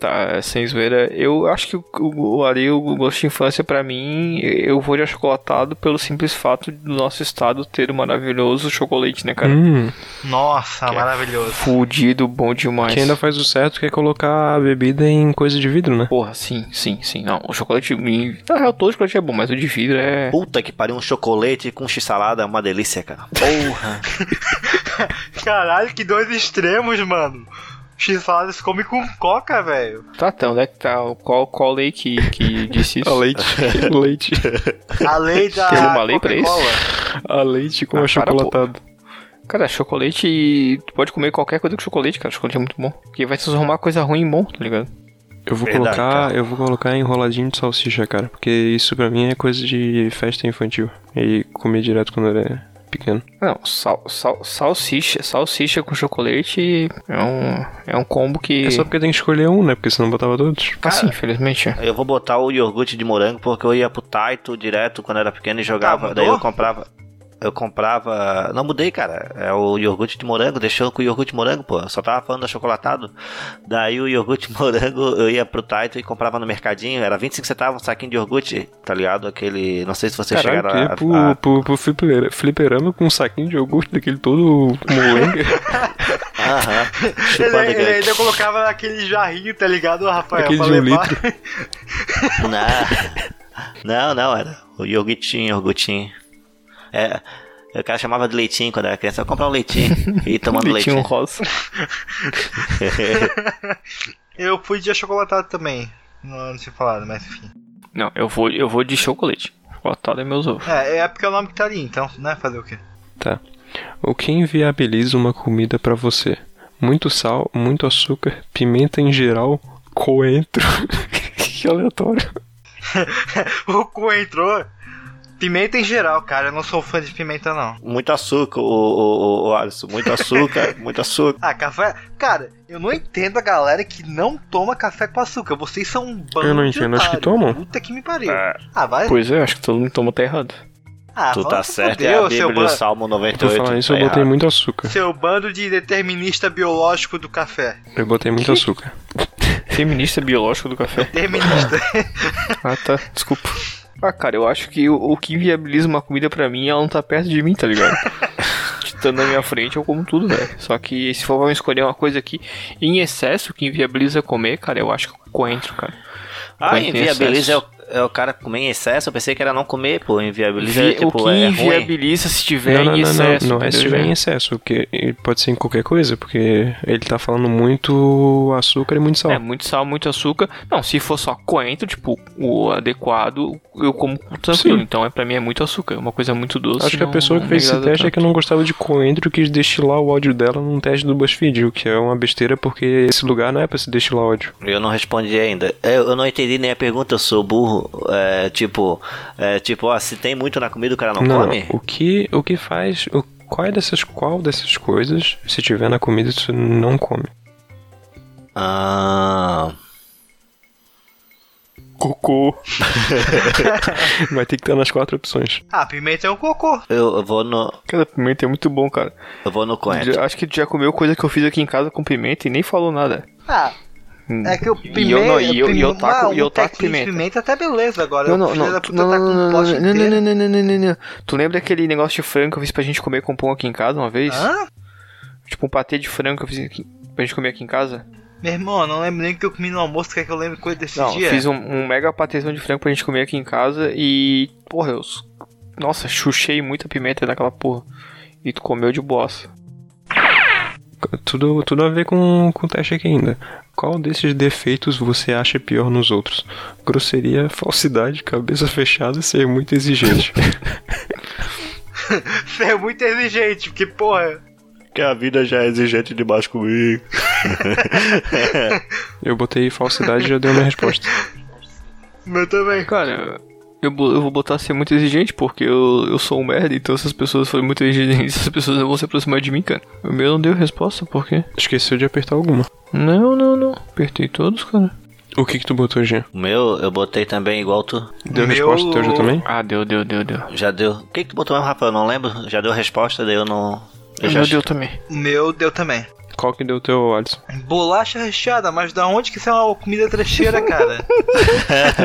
[SPEAKER 3] Tá, sem zoeira. Eu acho que o, o- ali o gosto de infância, pra mim, eu vou de achocolatado pelo simples fato do nosso estado ter o maravilhoso chocolate, né, cara?
[SPEAKER 1] Hum,
[SPEAKER 2] Nossa,
[SPEAKER 3] Que é
[SPEAKER 2] maravilhoso.
[SPEAKER 3] Fudido, bom demais.
[SPEAKER 1] que ainda faz o certo que é colocar a bebida em coisa de vidro, né?
[SPEAKER 3] Porra, sim, sim, sim. Não, o chocolate. em- Na real, todo chocolate é bom, mas o de vidro é.
[SPEAKER 4] Puta que pariu, um chocolate com x-salada é uma delícia, cara. Porra.
[SPEAKER 2] Caralho, que dois extremos, mano. X-salada se come com coca, velho.
[SPEAKER 3] Tá, tá, onde é que tá? Qual, qual lei que, que disse isso?
[SPEAKER 1] A leite. leite.
[SPEAKER 2] A lei da
[SPEAKER 3] Tem uma lei pra
[SPEAKER 2] Coca-Cola.
[SPEAKER 1] A leite com
[SPEAKER 3] Ah, para,
[SPEAKER 1] achocolatado.
[SPEAKER 3] Cara, chocolate. Tu pode comer qualquer coisa com chocolate, cara. Chocolate é muito bom. Porque vai transformar coisa ruim em bom, tá ligado?
[SPEAKER 1] Eu vou
[SPEAKER 4] Verdade,
[SPEAKER 1] colocar,
[SPEAKER 4] cara.
[SPEAKER 1] eu vou colocar enroladinho de salsicha, cara, porque isso pra mim é coisa de festa infantil e comer direto quando era pequeno.
[SPEAKER 3] Não, sal, sal- salsicha. Salsicha com chocolate é um, é um combo que.
[SPEAKER 1] É só porque tem que escolher um, né? Porque senão botava todos.
[SPEAKER 3] Assim, infelizmente. é.
[SPEAKER 4] Eu vou botar o iogurte de morango porque eu ia pro Taito direto quando era pequeno e jogava.
[SPEAKER 2] Ah, mudou?
[SPEAKER 4] Daí eu comprava. Eu comprava. Não mudei, cara. É o iogurte de morango, deixou com o iogurte de morango, pô. Eu só tava falando da chocolatado. Daí o iogurte de morango eu ia pro Taito e comprava no mercadinho. Era 25 centavos um saquinho de iogurte, tá ligado? Aquele. Não sei se vocês
[SPEAKER 1] Caralho, tu
[SPEAKER 4] chegaram
[SPEAKER 1] ia
[SPEAKER 4] a-
[SPEAKER 2] tipo
[SPEAKER 1] pro,
[SPEAKER 4] a,
[SPEAKER 1] pro, pro flipera- fliperama com um saquinho de iogurte daquele todo molenga.
[SPEAKER 4] Aham.
[SPEAKER 2] Ele,
[SPEAKER 4] Chupando
[SPEAKER 2] ele ainda
[SPEAKER 4] gancho.
[SPEAKER 2] colocava naquele jarrinho, tá ligado, Rafael?
[SPEAKER 1] Aquele
[SPEAKER 2] pra
[SPEAKER 1] de um
[SPEAKER 2] levar.
[SPEAKER 4] Não, não, não, era o iogurtinho, iogurtinho. É, o cara chamava de leitinho quando era criança. Eu comprar um leitinho e ir tomando
[SPEAKER 3] Leitinho
[SPEAKER 4] leitinho.
[SPEAKER 3] rosa.
[SPEAKER 2] Eu fui de achocolatado também. Não, não sei falar, mas enfim.
[SPEAKER 3] Não, eu vou, eu vou de chocolate. Chocolatado é meus ovos.
[SPEAKER 2] É, é porque é o nome que tá ali, então, né? Fazer o quê?
[SPEAKER 1] O que inviabiliza uma comida pra você? Muito sal, muito açúcar, pimenta em geral, coentro. que aleatório.
[SPEAKER 2] O cu entrou. Pimenta em geral, cara. Eu não sou fã de pimenta, não.
[SPEAKER 4] Muito açúcar, o, o, o, o Alisson. Muito açúcar, muito açúcar.
[SPEAKER 2] Ah, café. Cara, eu não entendo a galera que não toma café com açúcar. Vocês são um bando
[SPEAKER 1] Eu não
[SPEAKER 2] de
[SPEAKER 1] entendo, acho que
[SPEAKER 2] otário.
[SPEAKER 1] tomam.
[SPEAKER 2] Puta que me pariu. Ah, vai.
[SPEAKER 3] Pois é, acho que todo mundo toma até errado.
[SPEAKER 2] Ah,
[SPEAKER 4] tu
[SPEAKER 2] vai
[SPEAKER 4] tá
[SPEAKER 2] se
[SPEAKER 4] certo,
[SPEAKER 2] fuder,
[SPEAKER 4] é a
[SPEAKER 2] ô, seu,
[SPEAKER 4] Bíblia do
[SPEAKER 2] ban-
[SPEAKER 4] Salmo
[SPEAKER 1] Por
[SPEAKER 4] 98.
[SPEAKER 1] falar isso,
[SPEAKER 4] tá
[SPEAKER 1] Então, eu botei
[SPEAKER 4] errado.
[SPEAKER 1] muito açúcar.
[SPEAKER 2] seu bando de determinista biológico do café.
[SPEAKER 1] Eu botei muito açúcar.
[SPEAKER 3] Feminista biológico do café.
[SPEAKER 2] Determinista.
[SPEAKER 3] Ah, tá. Desculpa. Ah, cara, eu acho que o, o que inviabiliza uma comida pra mim, ela não tá perto de mim, tá ligado? Estando na minha frente, eu como tudo, velho. Só que se for pra eu escolher uma coisa aqui em excesso, que inviabiliza comer, cara, eu acho que é coentro, cara.
[SPEAKER 4] Ah,
[SPEAKER 3] Coentro em
[SPEAKER 4] inviabiliza é
[SPEAKER 3] excesso.
[SPEAKER 4] o, é o cara comer em excesso. Eu pensei que era não comer, pô. Inviabiliza é
[SPEAKER 3] Vi-
[SPEAKER 4] tipo,
[SPEAKER 3] o que
[SPEAKER 4] é ruim.
[SPEAKER 3] inviabiliza se tiver
[SPEAKER 1] não, não,
[SPEAKER 3] em
[SPEAKER 1] não,
[SPEAKER 3] excesso.
[SPEAKER 1] não, não é se
[SPEAKER 3] entendeu,
[SPEAKER 1] tiver em
[SPEAKER 3] velho?
[SPEAKER 1] excesso, porque ele pode ser em qualquer coisa, porque ele tá falando muito açúcar e muito sal.
[SPEAKER 3] É, muito sal, muito açúcar. Não, se for só coentro, tipo, o adequado, eu como tranquilo.
[SPEAKER 1] Sim.
[SPEAKER 3] Então, é, pra mim, é muito açúcar. É uma coisa muito doce.
[SPEAKER 1] Acho que a
[SPEAKER 3] não-
[SPEAKER 1] pessoa
[SPEAKER 3] não
[SPEAKER 1] que
[SPEAKER 3] me
[SPEAKER 1] fez esse
[SPEAKER 3] agrada
[SPEAKER 1] teste é
[SPEAKER 3] tanto.
[SPEAKER 1] que não gostava de coentro e quis destilar o ódio dela num teste do BuzzFeed, o que é uma besteira porque esse lugar não é pra se destilar ódio.
[SPEAKER 4] Eu não respondi ainda. É, Eu, eu não entendi nem a pergunta, eu sou burro. É, tipo, é, tipo, ó, se tem muito na comida, o cara não, come?
[SPEAKER 1] O que, o que faz. O, qual, é dessas, qual dessas coisas, se tiver na comida, você não come?
[SPEAKER 4] Ah.
[SPEAKER 1] Cocô. Vai ter que estar nas quatro opções.
[SPEAKER 2] ah, pimenta é um cocô.
[SPEAKER 4] Eu eu vou no.
[SPEAKER 3] Cara, pimenta é muito bom, cara.
[SPEAKER 4] Eu vou no coentro.
[SPEAKER 3] Já- acho que tu já comeu coisa que eu fiz aqui em casa com pimenta e nem falou nada.
[SPEAKER 2] Ah, É que o
[SPEAKER 3] E eu
[SPEAKER 2] pimenta.
[SPEAKER 3] não- e eu- e eu taco- e eu taco
[SPEAKER 2] De
[SPEAKER 3] pimenta.
[SPEAKER 2] pimenta é até beleza agora.
[SPEAKER 3] Não, não,
[SPEAKER 2] Filho
[SPEAKER 3] não.
[SPEAKER 2] da
[SPEAKER 3] tu-
[SPEAKER 2] puta
[SPEAKER 3] Não,
[SPEAKER 2] tá
[SPEAKER 3] não,
[SPEAKER 2] com um
[SPEAKER 3] não, não,
[SPEAKER 2] pote
[SPEAKER 3] não, não,
[SPEAKER 2] inteiro.
[SPEAKER 3] não, não, não, não, não, não. Tu lembra aquele negócio de frango que eu fiz pra gente comer com pão aqui em casa uma vez?
[SPEAKER 2] Hã?
[SPEAKER 3] Tipo um patê de frango que eu fiz aqui, pra gente comer aqui em casa?
[SPEAKER 2] Meu irmão, eu não lembro nem o que eu comi no almoço, quer que eu lembre coisa desse
[SPEAKER 3] Não,
[SPEAKER 2] dia?
[SPEAKER 3] eu fiz um, um mega patêzão de frango pra gente comer aqui em casa e. Porra, eu. s- Nossa, chuchei muita pimenta naquela porra. E tu comeu de bosta.
[SPEAKER 1] Tudo, tudo a ver com, com o teste aqui ainda. Qual desses defeitos você acha pior nos outros? Grosseria, falsidade, cabeça fechada, ser muito exigente.
[SPEAKER 3] um-
[SPEAKER 2] Você é muito exigente, porque, porra.
[SPEAKER 4] que a vida já é exigente demais comigo.
[SPEAKER 1] Eu botei falsidade e já deu minha resposta.
[SPEAKER 2] Meu também.
[SPEAKER 3] Cara, eu, bo- eu vou botar ser muito exigente, porque eu, eu sou um merda, então se as pessoas forem muito exigentes, as pessoas não vão se aproximar de mim, cara. O meu não deu resposta, por quê?
[SPEAKER 1] Esqueceu de apertar alguma.
[SPEAKER 3] Não, não, não. Apertei todos, cara.
[SPEAKER 1] O que que tu botou, Jean?
[SPEAKER 4] O meu, eu botei também igual tu.
[SPEAKER 1] Deu
[SPEAKER 2] Meu-
[SPEAKER 1] resposta teu já também?
[SPEAKER 3] Ah, deu, deu, deu, deu.
[SPEAKER 4] Já deu. O que, que tu botou mesmo, Rafa? Eu não lembro. Já deu a resposta, daí eu não. Eu
[SPEAKER 3] Eu
[SPEAKER 4] já
[SPEAKER 3] já deu também.
[SPEAKER 2] O meu deu também.
[SPEAKER 1] Qual que deu teu, Alisson?
[SPEAKER 2] Bolacha recheada, mas da onde que isso é uma comida trecheira, cara?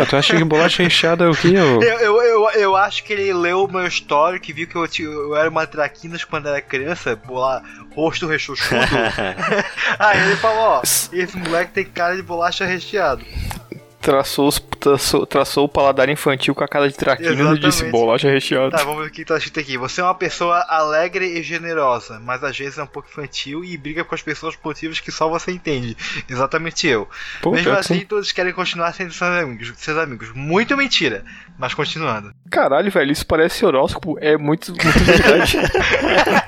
[SPEAKER 1] Ah, tu acha que bolacha recheada é o quê? ô?
[SPEAKER 2] eu, eu, eu, eu acho que ele leu o meu histórico e viu que eu, ti- eu era uma traquinas quando era criança, bola, rosto rechuchudo. Aí ele falou, ó, esse moleque tem cara de bolacha recheado.
[SPEAKER 3] Traçou, os- traçou, traçou o paladar infantil com a cara de traquina e
[SPEAKER 2] Exatamente.
[SPEAKER 3] disse bolacha recheada.
[SPEAKER 2] Tá, vamos ver o que tá escrito aqui. Você é uma pessoa alegre e generosa, mas às vezes é um pouco infantil e briga com as pessoas por motivos que só você entende. Exatamente eu.
[SPEAKER 1] Pô,
[SPEAKER 2] Mesmo
[SPEAKER 1] pior que
[SPEAKER 2] assim,
[SPEAKER 1] sim.
[SPEAKER 2] todos querem continuar sendo seus amigos, seus amigos. Muito mentira, mas continuando.
[SPEAKER 3] Caralho, velho, isso parece horóscopo. É muito, muito verdade.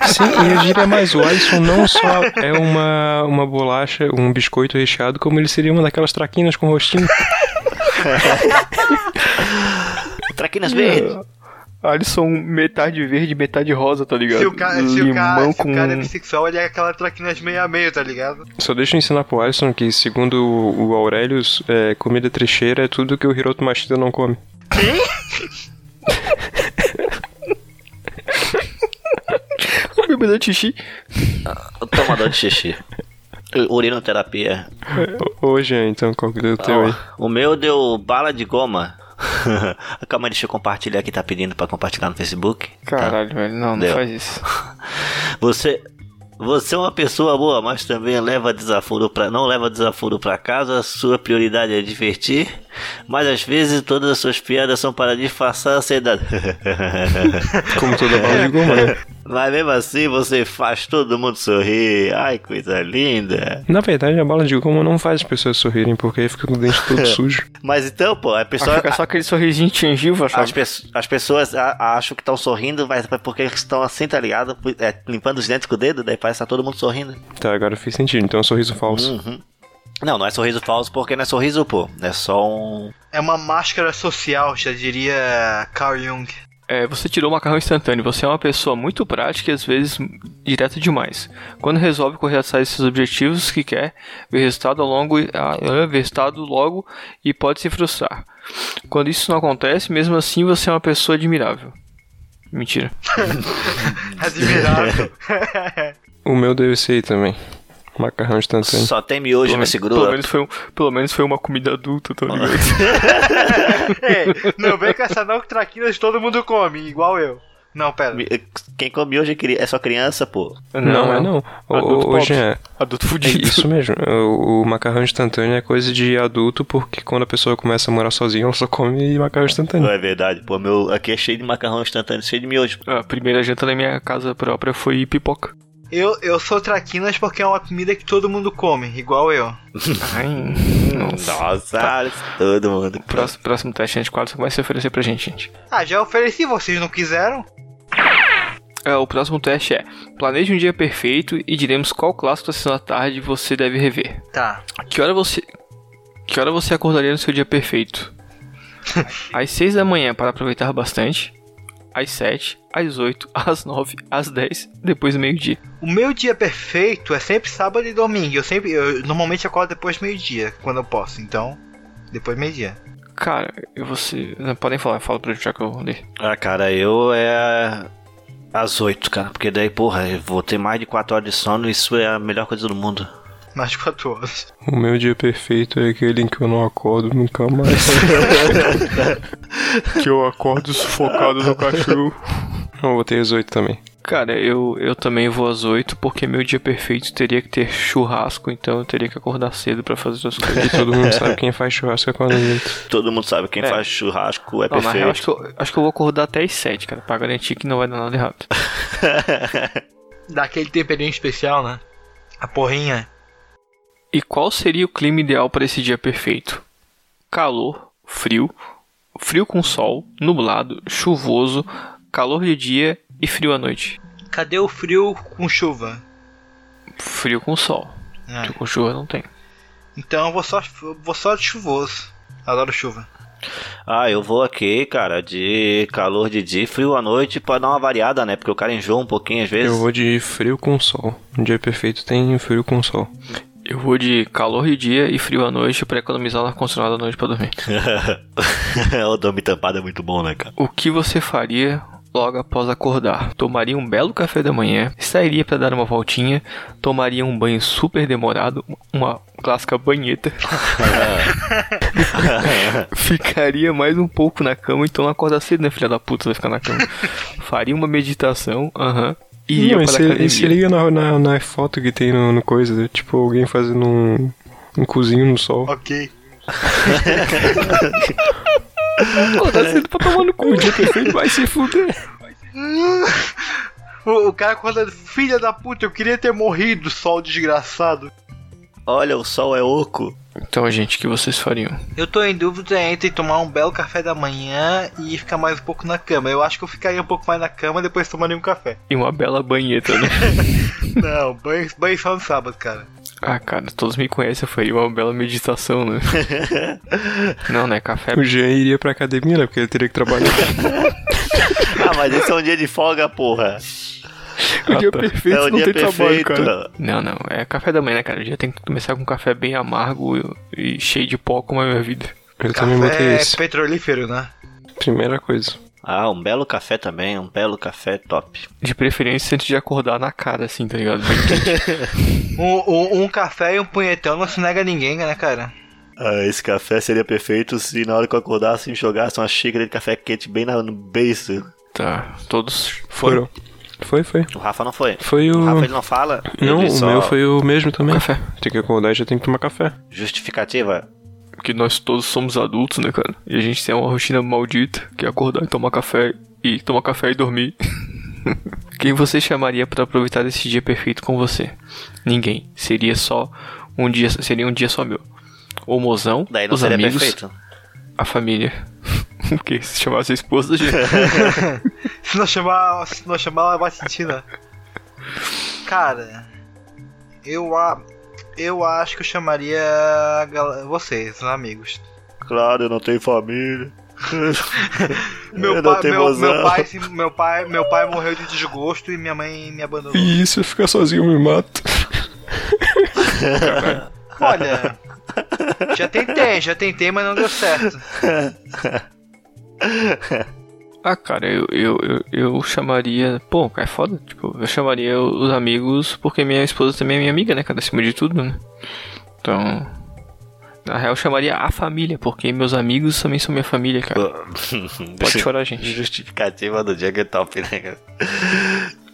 [SPEAKER 1] Sim, e eu diria mais, o Alisson não só é uma, uma bolacha, um biscoito recheado, como ele seria uma daquelas traquinas com rostinho.
[SPEAKER 4] Traquinas verdes.
[SPEAKER 3] Ah, Alisson, metade verde, metade rosa, tá ligado?
[SPEAKER 2] Se o, ca se, o ca
[SPEAKER 3] Limão
[SPEAKER 2] se o cara é
[SPEAKER 3] com-
[SPEAKER 2] bissexual, ele é aquela traquinas meio a meio, tá ligado?
[SPEAKER 1] Só deixa eu ensinar pro Alisson que, segundo o o Aurelius, é, comida trecheira é tudo que o Hiroto Machida não come.
[SPEAKER 3] bebedor de xixi.
[SPEAKER 4] Tomador de xixi. Urinoterapia.
[SPEAKER 1] Hoje, então, qual que deu o teu aí?
[SPEAKER 4] Ó, o meu deu bala de goma. Calma, deixa eu compartilhar que tá pedindo pra compartilhar no Facebook. Tá.
[SPEAKER 3] Caralho, velho, não, não
[SPEAKER 4] Deu.
[SPEAKER 3] faz isso.
[SPEAKER 4] Você, você é uma pessoa boa, mas também leva desaforo pra, não leva desaforo pra casa. Sua prioridade é divertir, mas às vezes todas as suas piadas são para disfarçar a ansiedade.
[SPEAKER 1] Como toda bala de goma, né?
[SPEAKER 4] mas mesmo assim você faz todo mundo sorrir. Ai, coisa linda.
[SPEAKER 1] Na verdade, a bala de goma não faz as pessoas sorrirem, porque aí fica com o dente todo sujo.
[SPEAKER 4] Mas então, pô, a
[SPEAKER 3] É Só,
[SPEAKER 4] pessoa.
[SPEAKER 3] fica só aquele sorrisinho de gengiva,
[SPEAKER 4] As,
[SPEAKER 3] sabe?
[SPEAKER 4] pesso- as pessoas a- acham que estão sorrindo, mas é porque estão assim, tá ligado? É, limpando os dentes com o dedo, daí parece que tá todo mundo sorrindo.
[SPEAKER 1] Tá, agora fez sentido, então é um sorriso falso.
[SPEAKER 4] Uhum. Não, não é sorriso falso porque não é sorriso, pô. É só um.
[SPEAKER 2] É uma máscara social, já diria Carl Jung.
[SPEAKER 3] É, você tirou o macarrão instantâneo. Você é uma pessoa muito prática e às vezes direta demais. Quando resolve correr atrás de seus objetivos que quer, vê resultado, ao longo, ah, ah, vê resultado logo e pode se frustrar. Quando isso não acontece, mesmo assim você é uma pessoa admirável. Mentira.
[SPEAKER 2] É Admirável.
[SPEAKER 1] O meu deu esse aí também. Macarrão instantâneo.
[SPEAKER 4] Só tem miojo nesse
[SPEAKER 3] Pelo
[SPEAKER 4] grupo.
[SPEAKER 3] menos, foi um- pelo menos foi uma comida adulta, tá ligado?
[SPEAKER 2] Ei,
[SPEAKER 4] É,
[SPEAKER 2] não vem com essa não que traquinas todo mundo come, igual eu. Não, pera.
[SPEAKER 4] Mi- Quem come miojo é cri- é só criança, pô.
[SPEAKER 1] Não, é não.
[SPEAKER 3] Adulto pobre.
[SPEAKER 1] Hoje é.
[SPEAKER 3] Adulto
[SPEAKER 1] É
[SPEAKER 3] fudido.
[SPEAKER 1] isso mesmo. O, o macarrão instantâneo é coisa de adulto, porque quando a pessoa começa a morar sozinha, ela só come macarrão instantâneo.
[SPEAKER 4] Não é verdade, pô. Meu, aqui é cheio de macarrão instantâneo, cheio de miojo.
[SPEAKER 3] A primeira janta na minha casa própria foi pipoca.
[SPEAKER 2] Eu, eu sou traquinas porque é uma comida que todo mundo come, igual eu.
[SPEAKER 3] Ai, nossa.
[SPEAKER 4] Nossa, todo mundo.
[SPEAKER 3] Próximo, próximo teste, né, gente. Qual você começa a oferecer pra gente, gente?
[SPEAKER 2] Ah, já ofereci, vocês não quiseram?
[SPEAKER 3] É, o próximo teste é: planeje um dia perfeito e diremos qual clássico da sessão da tarde você deve rever.
[SPEAKER 2] Tá.
[SPEAKER 3] Que hora você. Que hora você acordaria no seu dia perfeito? Às 6 da manhã para aproveitar bastante. Às 7, às 8, às 9, às 10, depois do meio-dia.
[SPEAKER 2] O meu dia perfeito é sempre sábado e domingo. Eu sempre. Eu normalmente acordo depois do meio-dia, quando eu posso, então. Depois do meio-dia.
[SPEAKER 3] Cara, eu vou ser. não, Podem falar, fala pra eu já que eu vou ler.
[SPEAKER 4] Ah, cara, eu é. Às oito, cara. Porque daí, porra, eu vou ter mais de quatro horas de sono e isso é a melhor coisa do mundo.
[SPEAKER 2] Mais de 4 horas.
[SPEAKER 1] O meu dia perfeito é aquele em que eu não acordo nunca mais.
[SPEAKER 3] Que eu acordo sufocado no cachorro.
[SPEAKER 1] eu botei os oito também.
[SPEAKER 3] Cara, eu, eu também vou às 8, porque meu dia perfeito teria que ter churrasco, então eu teria que acordar cedo pra fazer as coisas.
[SPEAKER 1] E todo mundo sabe quem faz churrasco é quando gente.
[SPEAKER 4] Todo mundo sabe, quem
[SPEAKER 3] É.
[SPEAKER 4] faz churrasco é
[SPEAKER 3] Não, na real, acho
[SPEAKER 4] perfeito.
[SPEAKER 3] que, eu, acho que eu vou acordar até às 7, cara, pra garantir que não vai dar nada errado.
[SPEAKER 2] Daquele temperinho especial, né? A porrinha.
[SPEAKER 3] E qual seria o clima ideal pra esse dia perfeito? Calor, frio, frio com sol, nublado, chuvoso, calor de dia e frio à noite.
[SPEAKER 2] Cadê o frio com chuva?
[SPEAKER 3] frio com sol.
[SPEAKER 2] É.
[SPEAKER 3] Com chuva não tem.
[SPEAKER 2] Então eu vou só, vou só de chuvoso. Adoro chuva.
[SPEAKER 4] Ah, eu vou aqui, cara, de calor de dia, e frio à noite, pra dar uma variada, né? Porque o cara enjoa um pouquinho às vezes.
[SPEAKER 1] Eu vou de frio com sol. Um dia perfeito tem frio com sol.
[SPEAKER 3] Eu vou de calor de dia e frio à noite pra economizar no ar-condicionado à noite pra dormir.
[SPEAKER 4] o dormir tampado é muito bom, né, cara?
[SPEAKER 3] O que você faria logo após acordar? Tomaria um belo café da manhã, sairia pra dar uma voltinha, tomaria um banho super demorado, uma clássica banheta, ficaria mais um pouco na cama, então não acorda cedo, né, filha da puta, vai ficar na cama. Faria uma meditação, aham, e ia
[SPEAKER 1] Não, e
[SPEAKER 3] pra
[SPEAKER 1] se, e se
[SPEAKER 3] academia.
[SPEAKER 1] liga na, na, na foto que tem no, no coisa, né? tipo alguém fazendo um, um cozinho no sol.
[SPEAKER 2] Ok.
[SPEAKER 3] Acordar cedo pra tomar no cu, o dia perfeito vai se fuder.
[SPEAKER 2] O, o cara acordando, filha da puta, eu queria ter morrido, sol desgraçado.
[SPEAKER 4] Olha, o sol é oco.
[SPEAKER 3] Então, gente, o que vocês fariam?
[SPEAKER 2] Eu tô em dúvida entre tomar um belo café da manhã e ficar mais um pouco na cama. Eu acho que eu ficaria um pouco mais na cama e depois tomaria um café.
[SPEAKER 3] E uma bela banheta, né?
[SPEAKER 2] Não, banho, banho só no sábado, cara.
[SPEAKER 3] Ah, cara, todos me conhecem, foi uma bela meditação, né? Não, né? Café.
[SPEAKER 1] O Jean iria pra academia, né? Porque ele teria que trabalhar.
[SPEAKER 4] Ah, mas esse é um dia de folga, porra.
[SPEAKER 1] o dia
[SPEAKER 3] tá.
[SPEAKER 1] perfeito
[SPEAKER 4] é o
[SPEAKER 1] não
[SPEAKER 4] dia
[SPEAKER 1] tem trabalho,
[SPEAKER 4] perfeito.
[SPEAKER 1] cara.
[SPEAKER 3] Não, não. É café da manhã, né, cara? Já tem que começar com um café bem amargo e, e cheio de pó, como é a minha vida.
[SPEAKER 1] Eu também botei
[SPEAKER 2] Café é
[SPEAKER 1] esse.
[SPEAKER 2] petrolífero, né?
[SPEAKER 1] Primeira coisa.
[SPEAKER 4] Ah, um belo café também, um belo café top.
[SPEAKER 3] De preferência antes de acordar na cara, assim, tá ligado? Bem quente.
[SPEAKER 2] Um, um, um café e um punhetão não se nega a ninguém, né, cara?
[SPEAKER 4] Ah, esse café seria perfeito se na hora que eu acordasse me jogasse uma xícara de café quente bem na, no beijo.
[SPEAKER 3] tá. Todos.
[SPEAKER 1] Foram. Foi, foi.
[SPEAKER 4] O Rafa não foi.
[SPEAKER 1] Foi o.
[SPEAKER 4] O Rafa ele não fala.
[SPEAKER 1] Não,
[SPEAKER 4] Ele
[SPEAKER 1] o
[SPEAKER 4] só-
[SPEAKER 1] meu foi o mesmo também.
[SPEAKER 3] Café.
[SPEAKER 1] Tem que acordar e já tem que tomar café.
[SPEAKER 4] Justificativa?
[SPEAKER 3] Porque nós todos somos adultos, né, cara? E a gente tem uma rotina maldita, que é acordar e tomar café. E tomar café e dormir. Quem você chamaria pra aproveitar esse dia perfeito com você? Ninguém. Seria só um dia. Seria um dia só meu. O mozão,
[SPEAKER 4] Daí não
[SPEAKER 3] os
[SPEAKER 4] seria
[SPEAKER 3] amigos,
[SPEAKER 4] perfeito.
[SPEAKER 3] a família. Porque se chamasse a esposa, gente.
[SPEAKER 2] Se não chamar, se não chamar ela vai sentir, né? Cara, eu, a, eu acho que eu chamaria a gal- vocês, né, amigos.
[SPEAKER 4] Claro, eu não tenho família.
[SPEAKER 2] Meu pai, meu, meu, pai, se- meu, pai, meu pai morreu de desgosto e minha mãe me abandonou.
[SPEAKER 1] E se eu ficar sozinho, eu me mato.
[SPEAKER 2] Olha, já tentei, já tentei, mas não deu certo.
[SPEAKER 3] Ah, cara, eu, eu, eu, eu chamaria. Pô, cara, é foda. Tipo, eu chamaria os amigos, porque minha esposa também é minha amiga, né, cara? Acima de tudo, né? Então. Na real, eu chamaria a família, porque meus amigos também são minha família, cara. Pode chorar, gente.
[SPEAKER 4] Justificativa do dia que é top, né? cara?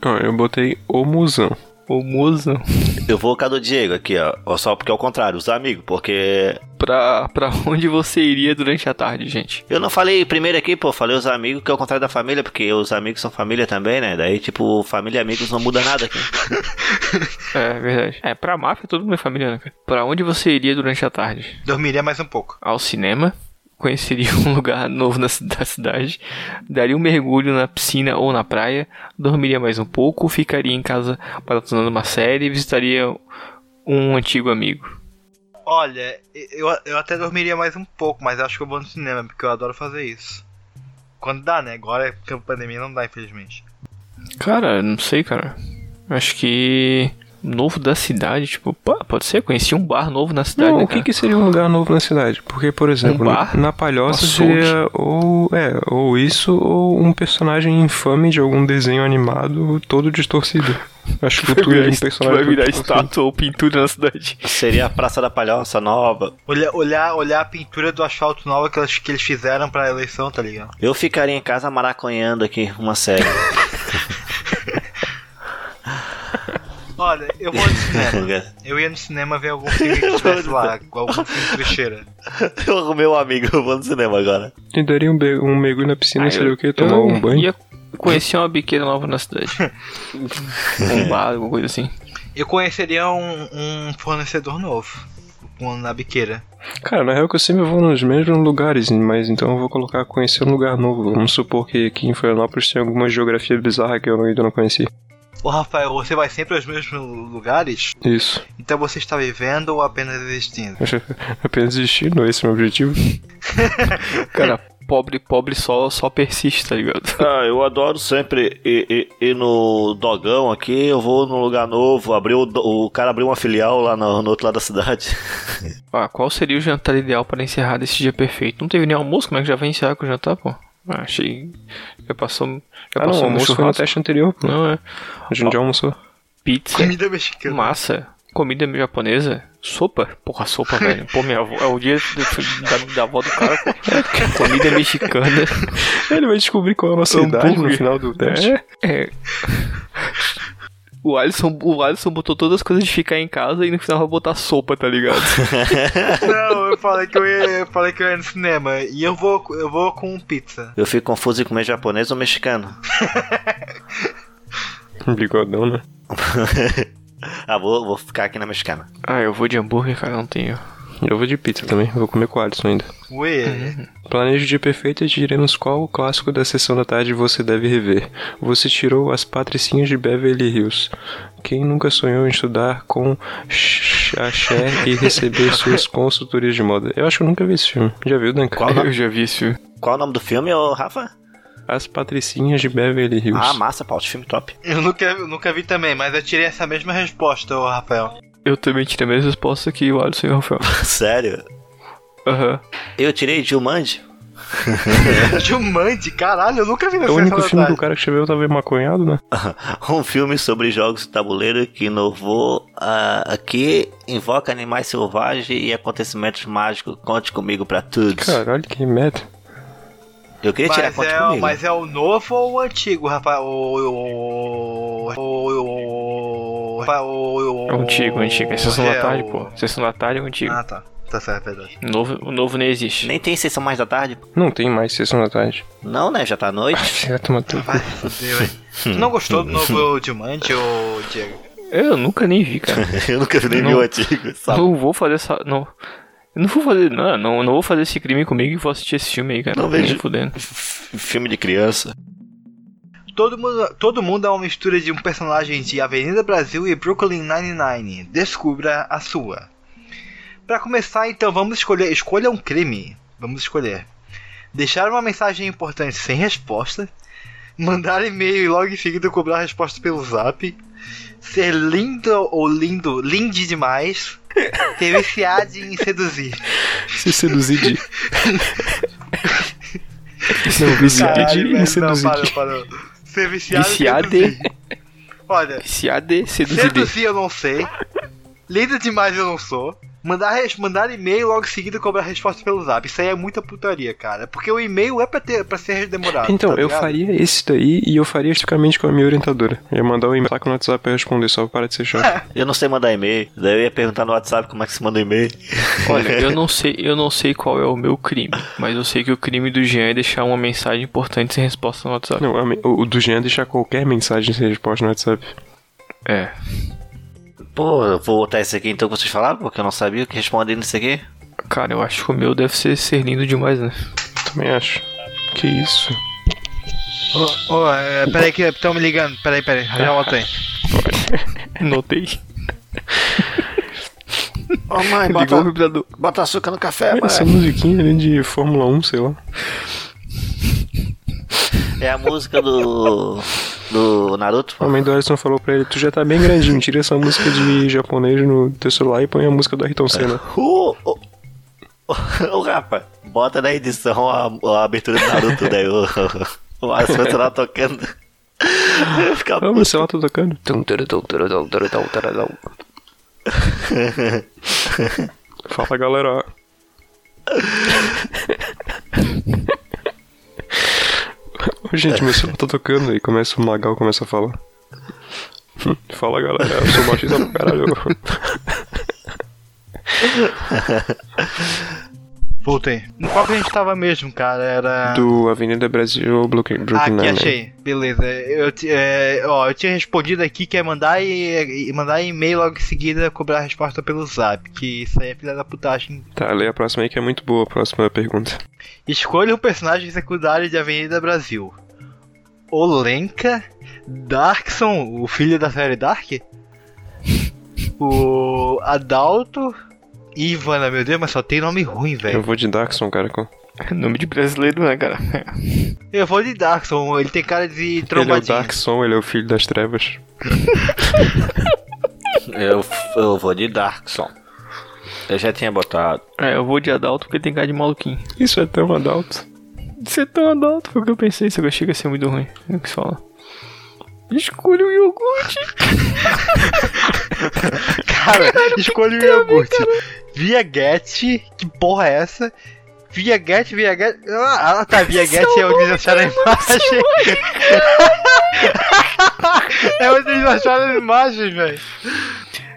[SPEAKER 1] Ó, eu botei o musão.
[SPEAKER 3] Ô, moza.
[SPEAKER 4] Eu vou com do Diego aqui, ó. Ó, Só porque é o contrário, os amigos, porque.
[SPEAKER 3] Pra, pra onde você iria durante a tarde, gente?
[SPEAKER 4] Eu não falei primeiro aqui, pô, falei os amigos, que é o contrário da família, porque os amigos são família também, né? Daí, tipo, família e amigos não muda nada aqui.
[SPEAKER 3] É verdade. É, pra máfia, todo mundo é família, né, cara? Pra onde você iria durante a tarde?
[SPEAKER 2] Dormiria mais um pouco.
[SPEAKER 3] ao cinema, conheceria um lugar novo na ci- da cidade, daria um mergulho na piscina ou na praia, dormiria mais um pouco, ficaria em casa maratonando uma série e visitaria um antigo amigo.
[SPEAKER 2] Olha, eu, eu até dormiria mais um pouco, mas acho que eu vou no cinema, porque eu adoro fazer isso. Quando dá, né? Agora, porque a pandemia não dá, infelizmente.
[SPEAKER 3] Cara, não sei, cara. Acho que novo da cidade, tipo, pá, pode ser, conheci um bar novo na cidade,
[SPEAKER 1] Não,
[SPEAKER 3] né,
[SPEAKER 1] o que,
[SPEAKER 3] cara?
[SPEAKER 1] que seria um lugar novo na cidade? Porque, por exemplo,
[SPEAKER 3] Um bar?
[SPEAKER 1] na Palhoça
[SPEAKER 3] Um
[SPEAKER 1] seria ou, é, ou isso ou um personagem infame de algum desenho animado todo distorcido. A escultura de um personagem
[SPEAKER 3] vai
[SPEAKER 1] todo
[SPEAKER 3] virar
[SPEAKER 1] distorcido.
[SPEAKER 3] estátua ou pintura na cidade.
[SPEAKER 4] Seria a Praça da Palhoça nova.
[SPEAKER 2] Olhar, olhar, olhar a pintura do asfalto nova que eles, que eles fizeram pra eleição, tá ligado?
[SPEAKER 4] Eu ficaria em casa maraconhando aqui uma série.
[SPEAKER 2] Olha, eu vou no
[SPEAKER 4] tá
[SPEAKER 2] cinema. Eu ia no cinema ver algum filme que estivesse lá, algum filme trecheira.
[SPEAKER 4] eu arrumei um amigo, eu vou no cinema agora.
[SPEAKER 1] E daria um, be- um mergulho na piscina,
[SPEAKER 3] Ah,
[SPEAKER 1] seria
[SPEAKER 3] eu-
[SPEAKER 1] o quê? Tomar
[SPEAKER 3] eu
[SPEAKER 1] um banho?
[SPEAKER 3] Ia conhecer uma biqueira nova na cidade. um bar, alguma coisa assim.
[SPEAKER 2] Eu conheceria um, um fornecedor novo. Um na biqueira.
[SPEAKER 1] Cara, na real que eu sempre vou nos mesmos lugares, mas então eu vou colocar conhecer um lugar novo. Vamos supor que aqui em Florianópolis tem alguma geografia bizarra que eu ainda não conheci.
[SPEAKER 2] Ô Rafael, você vai sempre aos mesmos lugares?
[SPEAKER 1] Isso.
[SPEAKER 2] Então você está vivendo ou apenas existindo?
[SPEAKER 1] Apenas destino, esse é o meu objetivo.
[SPEAKER 3] Cara, pobre, pobre só, só persiste, tá ligado?
[SPEAKER 4] Ah, eu adoro sempre ir, ir- ir no dogão aqui, eu vou num lugar novo, abriu, o do- o cara abriu uma filial lá no, no outro lado da cidade.
[SPEAKER 3] Ah, qual seria o jantar ideal para encerrar esse dia perfeito? Não teve nem almoço, como é que já vai encerrar com o jantar, pô? Ah, achei. Já passou. Já
[SPEAKER 1] Ah, não,
[SPEAKER 3] passou
[SPEAKER 1] o almoço foi no
[SPEAKER 3] churrasco.
[SPEAKER 1] teste anterior. pô.
[SPEAKER 3] Não, é.
[SPEAKER 1] A gente já almoçou.
[SPEAKER 3] Pizza,
[SPEAKER 2] Comida mexicana.
[SPEAKER 3] massa, comida japonesa, sopa. Porra, sopa, velho. Pô, minha avó. É o dia do- da, da avó do cara. pô. Comida mexicana.
[SPEAKER 1] Ele vai descobrir qual é a nossa idade no
[SPEAKER 3] Hambúrguer.
[SPEAKER 1] final do teste.
[SPEAKER 3] É. é. O Alisson, o Alisson botou todas as coisas de ficar em casa e no final vai botar sopa, tá ligado?
[SPEAKER 2] Não, eu falei que eu ia, eu falei que eu ia no cinema. E eu vou, eu vou com pizza.
[SPEAKER 4] Eu fico confuso em comer japonês ou mexicano.
[SPEAKER 1] Um bigodão, né?
[SPEAKER 4] ah, vou, vou ficar aqui na mexicana.
[SPEAKER 3] Ah, eu vou de hambúrguer, cara, não tenho.
[SPEAKER 1] Eu vou de pizza também, vou comer com o Alisson ainda.
[SPEAKER 2] Ué.
[SPEAKER 1] Planejo o dia perfeito e diremos qual clássico da sessão da tarde você deve rever. Você tirou as patricinhas de Beverly Hills. Quem nunca sonhou em estudar com ch- axé e receber suas consultorias de moda? Eu acho que eu nunca vi esse filme. Já viu, Dan?
[SPEAKER 3] Eu já vi esse filme.
[SPEAKER 4] Qual é o nome do filme, ô Rafa?
[SPEAKER 1] As patricinhas de Beverly Hills.
[SPEAKER 4] Ah, massa, pau, de filme top.
[SPEAKER 2] Eu nunca, eu nunca vi também, mas eu tirei essa mesma resposta, ô Rafael.
[SPEAKER 3] Eu também tirei a mesma resposta que o Alisson e o Rafael.
[SPEAKER 4] Sério?
[SPEAKER 3] Aham.
[SPEAKER 4] Eu tirei um Jumanji?
[SPEAKER 2] Jumanji, caralho, eu nunca vi na
[SPEAKER 1] é o único
[SPEAKER 2] sessão
[SPEAKER 1] filme
[SPEAKER 2] da
[SPEAKER 1] que o
[SPEAKER 2] tarde.
[SPEAKER 1] cara que escreveu tava maconhado, né?
[SPEAKER 4] Um filme sobre jogos de tabuleiro que inovou ah, aqui, invoca animais selvagens e acontecimentos mágicos. Conte comigo pra tudo.
[SPEAKER 1] Caralho, que merda.
[SPEAKER 4] Eu queria tirar
[SPEAKER 2] Mas
[SPEAKER 4] conte
[SPEAKER 2] é, o-
[SPEAKER 4] comigo.
[SPEAKER 2] mas é o novo ou o antigo, Rafael? O. O. O. o- O.
[SPEAKER 3] É
[SPEAKER 2] o-
[SPEAKER 3] antigo, antigo. É sessão da
[SPEAKER 2] é,
[SPEAKER 3] tarde,
[SPEAKER 2] o-
[SPEAKER 3] pô. Sessão da tarde é o antigo.
[SPEAKER 2] Ah, tá. Tá certo, é verdade.
[SPEAKER 3] O novo, o novo nem existe.
[SPEAKER 4] Nem tem sessão mais da tarde?
[SPEAKER 1] Não tem mais sessão da tarde.
[SPEAKER 4] Não, né? Já tá à noite.
[SPEAKER 1] Já toma tudo.
[SPEAKER 2] Vai, fudeu, hein. Tu não gostou do novo Jumanji, ô Diego?
[SPEAKER 3] Eu nunca nem vi, cara.
[SPEAKER 4] Eu nunca nem vi o antigo, sabe?
[SPEAKER 3] Não vou fazer essa. Não. Eu não vou fazer. Não, não, não vou fazer esse crime comigo e vou assistir esse filme aí, cara.
[SPEAKER 4] Não
[SPEAKER 3] Nem
[SPEAKER 4] vejo.
[SPEAKER 3] Fudendo.
[SPEAKER 4] F- Filme de criança.
[SPEAKER 2] Todo mundo, todo mundo é uma mistura de um personagem de Avenida Brasil e Brooklyn Nine-Nine. Descubra a sua. Pra começar, então, vamos escolher. Escolha um crime. Vamos escolher. Deixar uma mensagem importante sem resposta. Mandar e-mail e logo em seguida cobrar a resposta pelo zap. Ser linda ou lindo, linde demais. Ter viciado em seduzir.
[SPEAKER 1] Se seduzir de.
[SPEAKER 3] Esse é o viciado
[SPEAKER 1] Caralho,
[SPEAKER 3] de.
[SPEAKER 1] velho.
[SPEAKER 2] não,
[SPEAKER 1] seduzir.
[SPEAKER 2] parou, parou. Ser viciado, em
[SPEAKER 3] Viciado.
[SPEAKER 2] seduzir. Olha,
[SPEAKER 3] Viciado e seduzido.
[SPEAKER 2] Seduzir assim, eu não sei. Lida demais eu não sou. Mandar, res- mandar e-mail e logo em seguida cobrar resposta pelo zap. Isso aí é muita putaria, cara. Porque o e-mail é pra, ter, pra ser demorado.
[SPEAKER 1] Então,
[SPEAKER 2] tá
[SPEAKER 1] eu
[SPEAKER 2] ligado?
[SPEAKER 1] faria esse daí e eu faria especificamente com a minha orientadora. Eu ia mandar um e-mail lá com o WhatsApp pra eu responder, só para de ser chato.
[SPEAKER 4] Eu não sei mandar e-mail. Daí eu ia perguntar no WhatsApp como é que se manda e-mail.
[SPEAKER 3] Olha, eu não sei, eu não sei qual é o meu crime, mas eu sei que o crime do Jean é deixar uma mensagem importante sem resposta no WhatsApp.
[SPEAKER 1] Não, a me- o o do Jean é deixar qualquer mensagem sem resposta no WhatsApp.
[SPEAKER 3] É.
[SPEAKER 4] Pô, eu vou botar esse aqui então que vocês falaram, porque eu não sabia o que responder nisso aqui.
[SPEAKER 3] Cara, eu acho que o meu deve ser ser lindo demais, né?
[SPEAKER 1] Também acho. Que isso?
[SPEAKER 2] Ô, ô, é, peraí que estão me ligando. Peraí, peraí. Já volto aí.
[SPEAKER 3] Notei.
[SPEAKER 4] Ô mãe,
[SPEAKER 3] Ligou o vibrador.
[SPEAKER 4] bota açúcar no café,
[SPEAKER 1] Essa musiquinha ali de Fórmula 1, sei lá.
[SPEAKER 4] É a música do. do Naruto.
[SPEAKER 1] A mãe do Alisson falou pra ele, tu já tá bem grandinho, tira essa música de japonês no teu celular e põe a música do Ayrton Senna.
[SPEAKER 4] Ô, ô, ô, rapaz, bota na edição a, a abertura do Naruto, daí o, o assunto lá tocando. Eu ia ficar
[SPEAKER 1] Ah,
[SPEAKER 4] puto.
[SPEAKER 1] meu celular tá tocando. Fala, galera. Ô, Gente, meu celular tá tocando e começa o Magal começa a falar. Fala galera, eu sou baixista pra caralho.
[SPEAKER 2] Voltei. No qual que a gente tava mesmo, cara? Era.
[SPEAKER 1] Do Avenida Brasil Brooklyn
[SPEAKER 2] Ah,
[SPEAKER 1] Brooklyn
[SPEAKER 2] Tá.
[SPEAKER 1] né?
[SPEAKER 2] aqui
[SPEAKER 1] Nine-Nine.
[SPEAKER 2] achei. Beleza. Eu, ti- é, ó, eu tinha respondido aqui que é mandar e, e mandar e-mail logo em seguida cobrar a resposta pelo zap. Que isso aí é filha da putagem
[SPEAKER 1] Tá, lê a próxima aí que é muito boa a próxima pergunta.
[SPEAKER 2] Escolha um personagem secundário de Avenida Brasil. Olenka Darkson, o filho da série Dark, o Adalto e Ivana, meu Deus, mas só tem nome ruim,
[SPEAKER 1] Eu
[SPEAKER 2] velho.
[SPEAKER 1] vou de Daxon, cara. com-
[SPEAKER 3] Nome de brasileiro, né, cara?
[SPEAKER 2] Eu vou de Darkson, ele tem cara de
[SPEAKER 1] Ele é o
[SPEAKER 2] trombadinho.
[SPEAKER 1] Daxon, ele é o filho das trevas.
[SPEAKER 4] Eu, eu vou de Darkson. Eu já tinha botado.
[SPEAKER 3] É, eu vou de adulto porque tem cara de maluquinho.
[SPEAKER 1] Isso é tão adulto.
[SPEAKER 3] Isso é tão adulto, foi o que eu pensei. Isso agora chega a ser muito ruim. É o que se fala. Escolha o iogurte.
[SPEAKER 2] Cara, escolhe o iogurte. Viaguete, que porra é essa? Viaguete, Viaguete. Ah, ah, tá, Viaguete é onde eles acharam a imagem. é onde eles acharam a imagem, velho.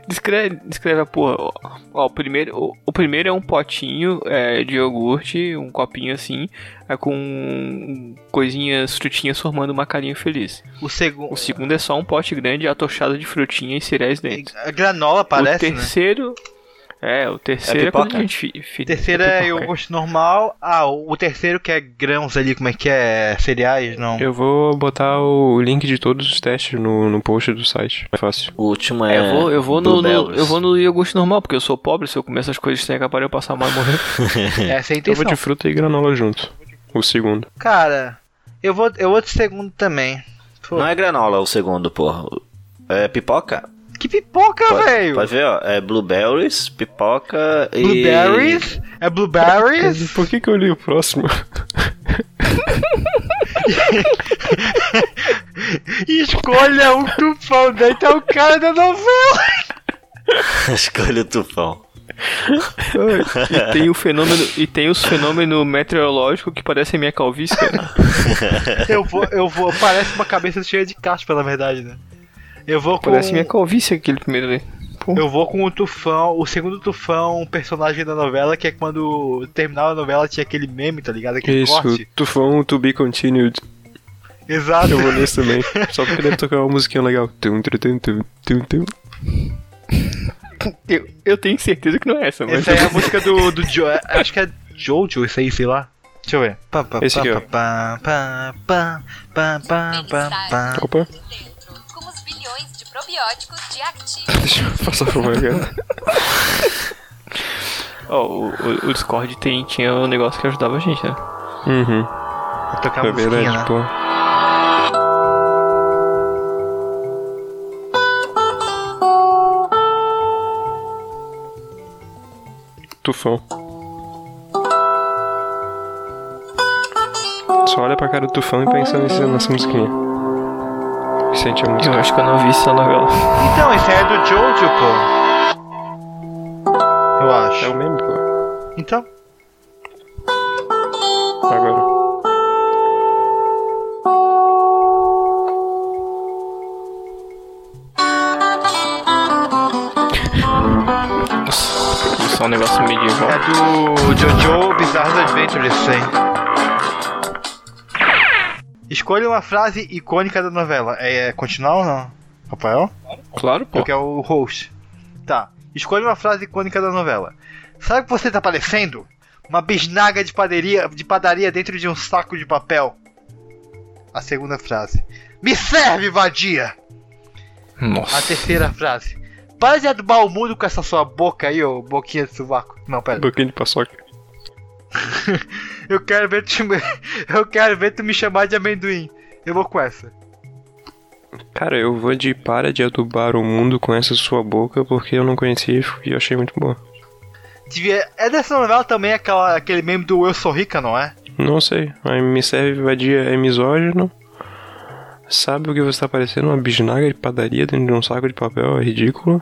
[SPEAKER 3] Descreve, descreve a porra. Ó, ó, o, primeiro, o, o primeiro é um potinho é, de iogurte, um copinho assim, é, com coisinhas, frutinhas formando uma carinha feliz.
[SPEAKER 2] O segundo.
[SPEAKER 3] O segundo é só um pote grande atochado de frutinha e cereais dentro.
[SPEAKER 2] A granola
[SPEAKER 3] o
[SPEAKER 2] parece, né?
[SPEAKER 3] terceiro. É, o terceiro é,
[SPEAKER 4] pipoca.
[SPEAKER 3] quando a gente fi- fi-
[SPEAKER 2] O terceiro é
[SPEAKER 3] pipoca.
[SPEAKER 2] iogurte normal. Ah, o o terceiro que é grãos ali, como é que é? Cereais, não.
[SPEAKER 1] Eu vou botar o link de todos os testes no, no post do site. É fácil.
[SPEAKER 4] O último é.
[SPEAKER 3] É, eu vou, eu vou
[SPEAKER 4] do
[SPEAKER 3] no, no-
[SPEAKER 4] Belos.
[SPEAKER 3] eu vou no iogurte normal, porque eu sou pobre, se eu comer essas coisas sem acabar eu passar mal e morrer.
[SPEAKER 2] Essa é a
[SPEAKER 1] Eu
[SPEAKER 2] intenção.
[SPEAKER 1] vou de fruta e granola junto. O segundo.
[SPEAKER 2] Cara, eu vou, eu vou de segundo também. Pô,
[SPEAKER 4] Não é granola o segundo, porra. É pipoca.
[SPEAKER 2] Que pipoca, velho!
[SPEAKER 4] Pode ver, ó. É blueberries, pipoca e.
[SPEAKER 2] Blueberries? É blueberries?
[SPEAKER 1] Por que, que eu li o próximo?
[SPEAKER 2] Escolha um tufão, daí tá o cara da novela.
[SPEAKER 4] Escolha o tufão.
[SPEAKER 3] e tem o fenômeno e tem os fenômenos meteorológicos que parecem minha calvície, cara.
[SPEAKER 2] Eu vou, eu vou. Parece uma cabeça cheia de caspa, na verdade, né? Eu vou com. um,
[SPEAKER 3] Parece minha calvície aquele primeiro ali. Pô.
[SPEAKER 2] Eu vou com o tufão, o segundo tufão, um personagem da novela, que é quando terminava a novela tinha aquele meme, tá ligado? Aquele
[SPEAKER 1] Isso,
[SPEAKER 2] corte.
[SPEAKER 1] Tufão To Be Continued.
[SPEAKER 2] Exato.
[SPEAKER 1] Eu vou nesse também. Só porque deve tocar uma musiquinha legal. Tum, tum, tum, tum, tum, tum.
[SPEAKER 3] Eu, eu tenho certeza que não é essa, mas
[SPEAKER 2] Essa aí é a música do, do Jo. é- Acho que é Jojo, isso aí, sei lá. Deixa eu ver. Pá, pá,
[SPEAKER 1] Esse
[SPEAKER 2] pá,
[SPEAKER 1] aqui, ó.
[SPEAKER 2] pá, pá, pá, pá, pá, pá, pá.
[SPEAKER 1] Opa,
[SPEAKER 6] dentro, com os bilhões de probióticos de activo.
[SPEAKER 1] deixa eu passar por uma cara.
[SPEAKER 3] Ó, o, o- o Discord tem, tinha um negócio que ajudava a gente, né?
[SPEAKER 1] Uhum,
[SPEAKER 2] Vou
[SPEAKER 3] Tá
[SPEAKER 2] tocar
[SPEAKER 1] é
[SPEAKER 2] a musiquinha,
[SPEAKER 1] verdade,
[SPEAKER 2] né?
[SPEAKER 1] pô. Tufão. Só olha pra cara do tufão e pensa nesse- nessa musiquinha. é E Sente a
[SPEAKER 3] Eu
[SPEAKER 1] música.
[SPEAKER 3] acho que eu não vi essa novela.
[SPEAKER 2] Então, esse aí é do Jojo, pô.
[SPEAKER 1] É
[SPEAKER 2] Eu
[SPEAKER 1] o
[SPEAKER 2] acho.
[SPEAKER 1] mesmo, pô.
[SPEAKER 2] Então,
[SPEAKER 1] Agora.
[SPEAKER 3] Nossa, isso é um negócio medieval.
[SPEAKER 2] é do Jojo Bizarro Adventures, esse aí. Escolha uma frase icônica da novela. É continuar ou não? Rafael?
[SPEAKER 3] Claro, pô.
[SPEAKER 2] Tu que é o host. Tá. Escolha uma frase icônica da novela. Sabe o que você tá parecendo? Uma bisnaga de padaria, de padaria dentro de um saco de papel. A segunda frase. Me serve, vadia! A
[SPEAKER 3] Nossa.
[SPEAKER 2] terceira frase. Para de adubar o mundo com essa sua boca aí, ô boquinha de sovaco. Não, pera.
[SPEAKER 1] Boquinha de paçoca.
[SPEAKER 2] Eu quero ver tu, eu quero ver tu me chamar de amendoim. Eu vou com essa.
[SPEAKER 1] Cara, eu vou de para de adubar o mundo com essa sua boca porque eu não conhecia e eu achei muito boa.
[SPEAKER 2] Devia- É dessa novela também aquela, aquele meme do Eu Sou Rica, não é?
[SPEAKER 1] Não sei, mas me serve vadia é misógino. Sabe o que você tá parecendo? Uma bisnaga de padaria dentro de um saco de papel, é ridículo.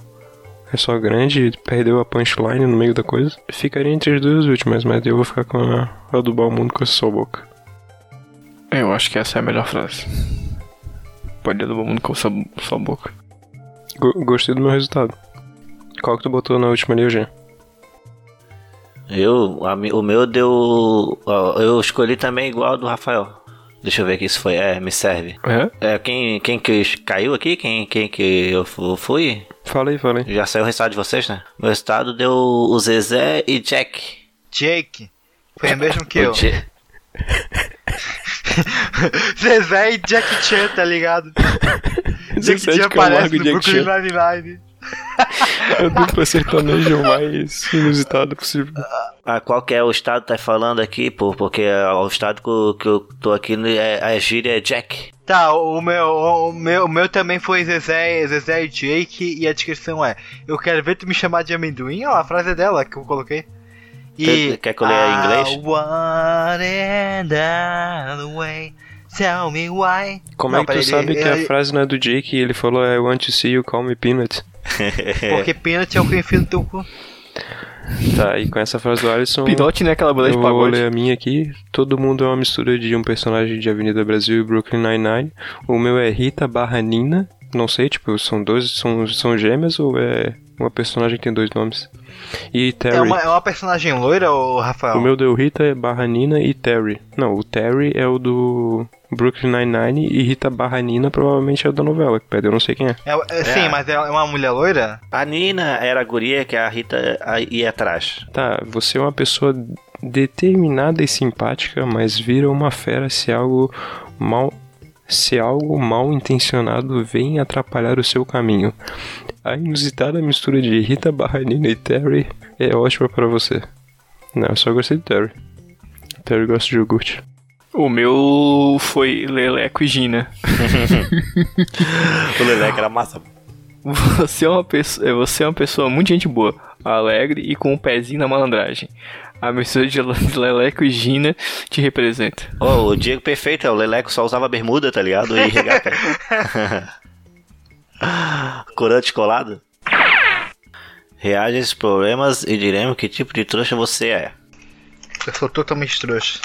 [SPEAKER 1] É só grande, perdeu a punchline no meio da coisa. Ficaria entre as duas últimas, mas eu vou ficar com a adubar o mundo com essa sua boca.
[SPEAKER 3] Eu acho que essa é a melhor frase. Pode adobar o mundo com sua, sua boca.
[SPEAKER 1] Go- gostei do meu resultado. Qual que tu botou na última ali, Eugênio?
[SPEAKER 4] Eu, a mi- o meu deu. ó, Eu escolhi também igual ao do Rafael. Deixa eu ver que isso foi. É, me serve.
[SPEAKER 3] É?
[SPEAKER 4] É, quem, quem que caiu aqui? Quem, quem que eu fu- fui?
[SPEAKER 1] Fala aí, fala aí.
[SPEAKER 4] Já saiu o resultado de vocês, né? Meu resultado deu o Zezé e Jack.
[SPEAKER 2] Jake. Foi o mesmo que eu.
[SPEAKER 4] O Je-
[SPEAKER 2] Zezé e Jack Chan, tá ligado? Jack
[SPEAKER 1] Zezé de
[SPEAKER 2] Chan aparece
[SPEAKER 1] Camargo e
[SPEAKER 2] no
[SPEAKER 1] Jack
[SPEAKER 2] Brooklyn Nine-Nine.
[SPEAKER 1] É o duplo
[SPEAKER 3] é
[SPEAKER 1] sertanejo mais inusitado possível.
[SPEAKER 4] Ah, qual que é o estado que tá falando aqui, pô? Porque ah, o estado que eu, que eu tô aqui, né, é, a gíria é Jack.
[SPEAKER 2] Tá, o meu, o meu, o meu também foi Zezé, Zezé e Jake, e a descrição é: Eu quero ver tu me chamar de amendoim. Olha lá, a frase é dela que eu coloquei. E.
[SPEAKER 4] Quer- quer que eu leia em inglês?
[SPEAKER 2] I want it that way. Tell me why.
[SPEAKER 1] Como
[SPEAKER 2] Não,
[SPEAKER 1] é que tu
[SPEAKER 2] peraí,
[SPEAKER 1] sabe
[SPEAKER 2] ele-
[SPEAKER 1] que a
[SPEAKER 2] ele-
[SPEAKER 1] frase não é do Jake e ele falou I want to see you call me peanut?
[SPEAKER 2] Porque peanut é o que eu enfio no teu cu.
[SPEAKER 1] Tá, e com essa frase do Alisson.
[SPEAKER 3] Pinote, né? Aquela banda de
[SPEAKER 1] Eu vou
[SPEAKER 3] pagode.
[SPEAKER 1] ler a minha aqui. Todo mundo é uma mistura de um personagem de Avenida Brasil e Brooklyn Nine-Nine. O meu é Rita barra Nina. Não sei, tipo, são dois, são, são gêmeas ou é uma personagem que tem dois nomes? E Terry.
[SPEAKER 2] É uma, é uma personagem loira, o Rafael?
[SPEAKER 1] O meu deu Rita é barra Nina e Terry. Não, o Terry é o do Brooklyn Nine-Nine e Rita barra Nina provavelmente é o da novela, que perdeu, eu não sei quem é.
[SPEAKER 2] É, é, sim,
[SPEAKER 4] É.
[SPEAKER 2] mas é é uma mulher loira?
[SPEAKER 4] A Nina era a guria que a Rita ah, ia atrás.
[SPEAKER 1] Tá, você é uma pessoa determinada e simpática, mas vira uma fera se algo mal se algo mal intencionado vem atrapalhar o seu caminho. A inusitada mistura de Rita Barranina e Terry é ótima para você. Não, eu só gostei do Terry. Terry gosta de iogurte.
[SPEAKER 3] O meu foi Leleco e Gina.
[SPEAKER 4] O Leleque era massa.
[SPEAKER 3] Você é uma pessoa, você é uma pessoa muito gente boa, alegre e com um pezinho na malandragem. A mistura de Le- Leleco e Gina te representa.
[SPEAKER 4] Oh, o Diego perfeito, é, o Leleco só usava bermuda, tá ligado? E regata. Corante colado. Reage a esses problemas e diremos que tipo de trouxa você é.
[SPEAKER 2] Eu sou totalmente trouxa.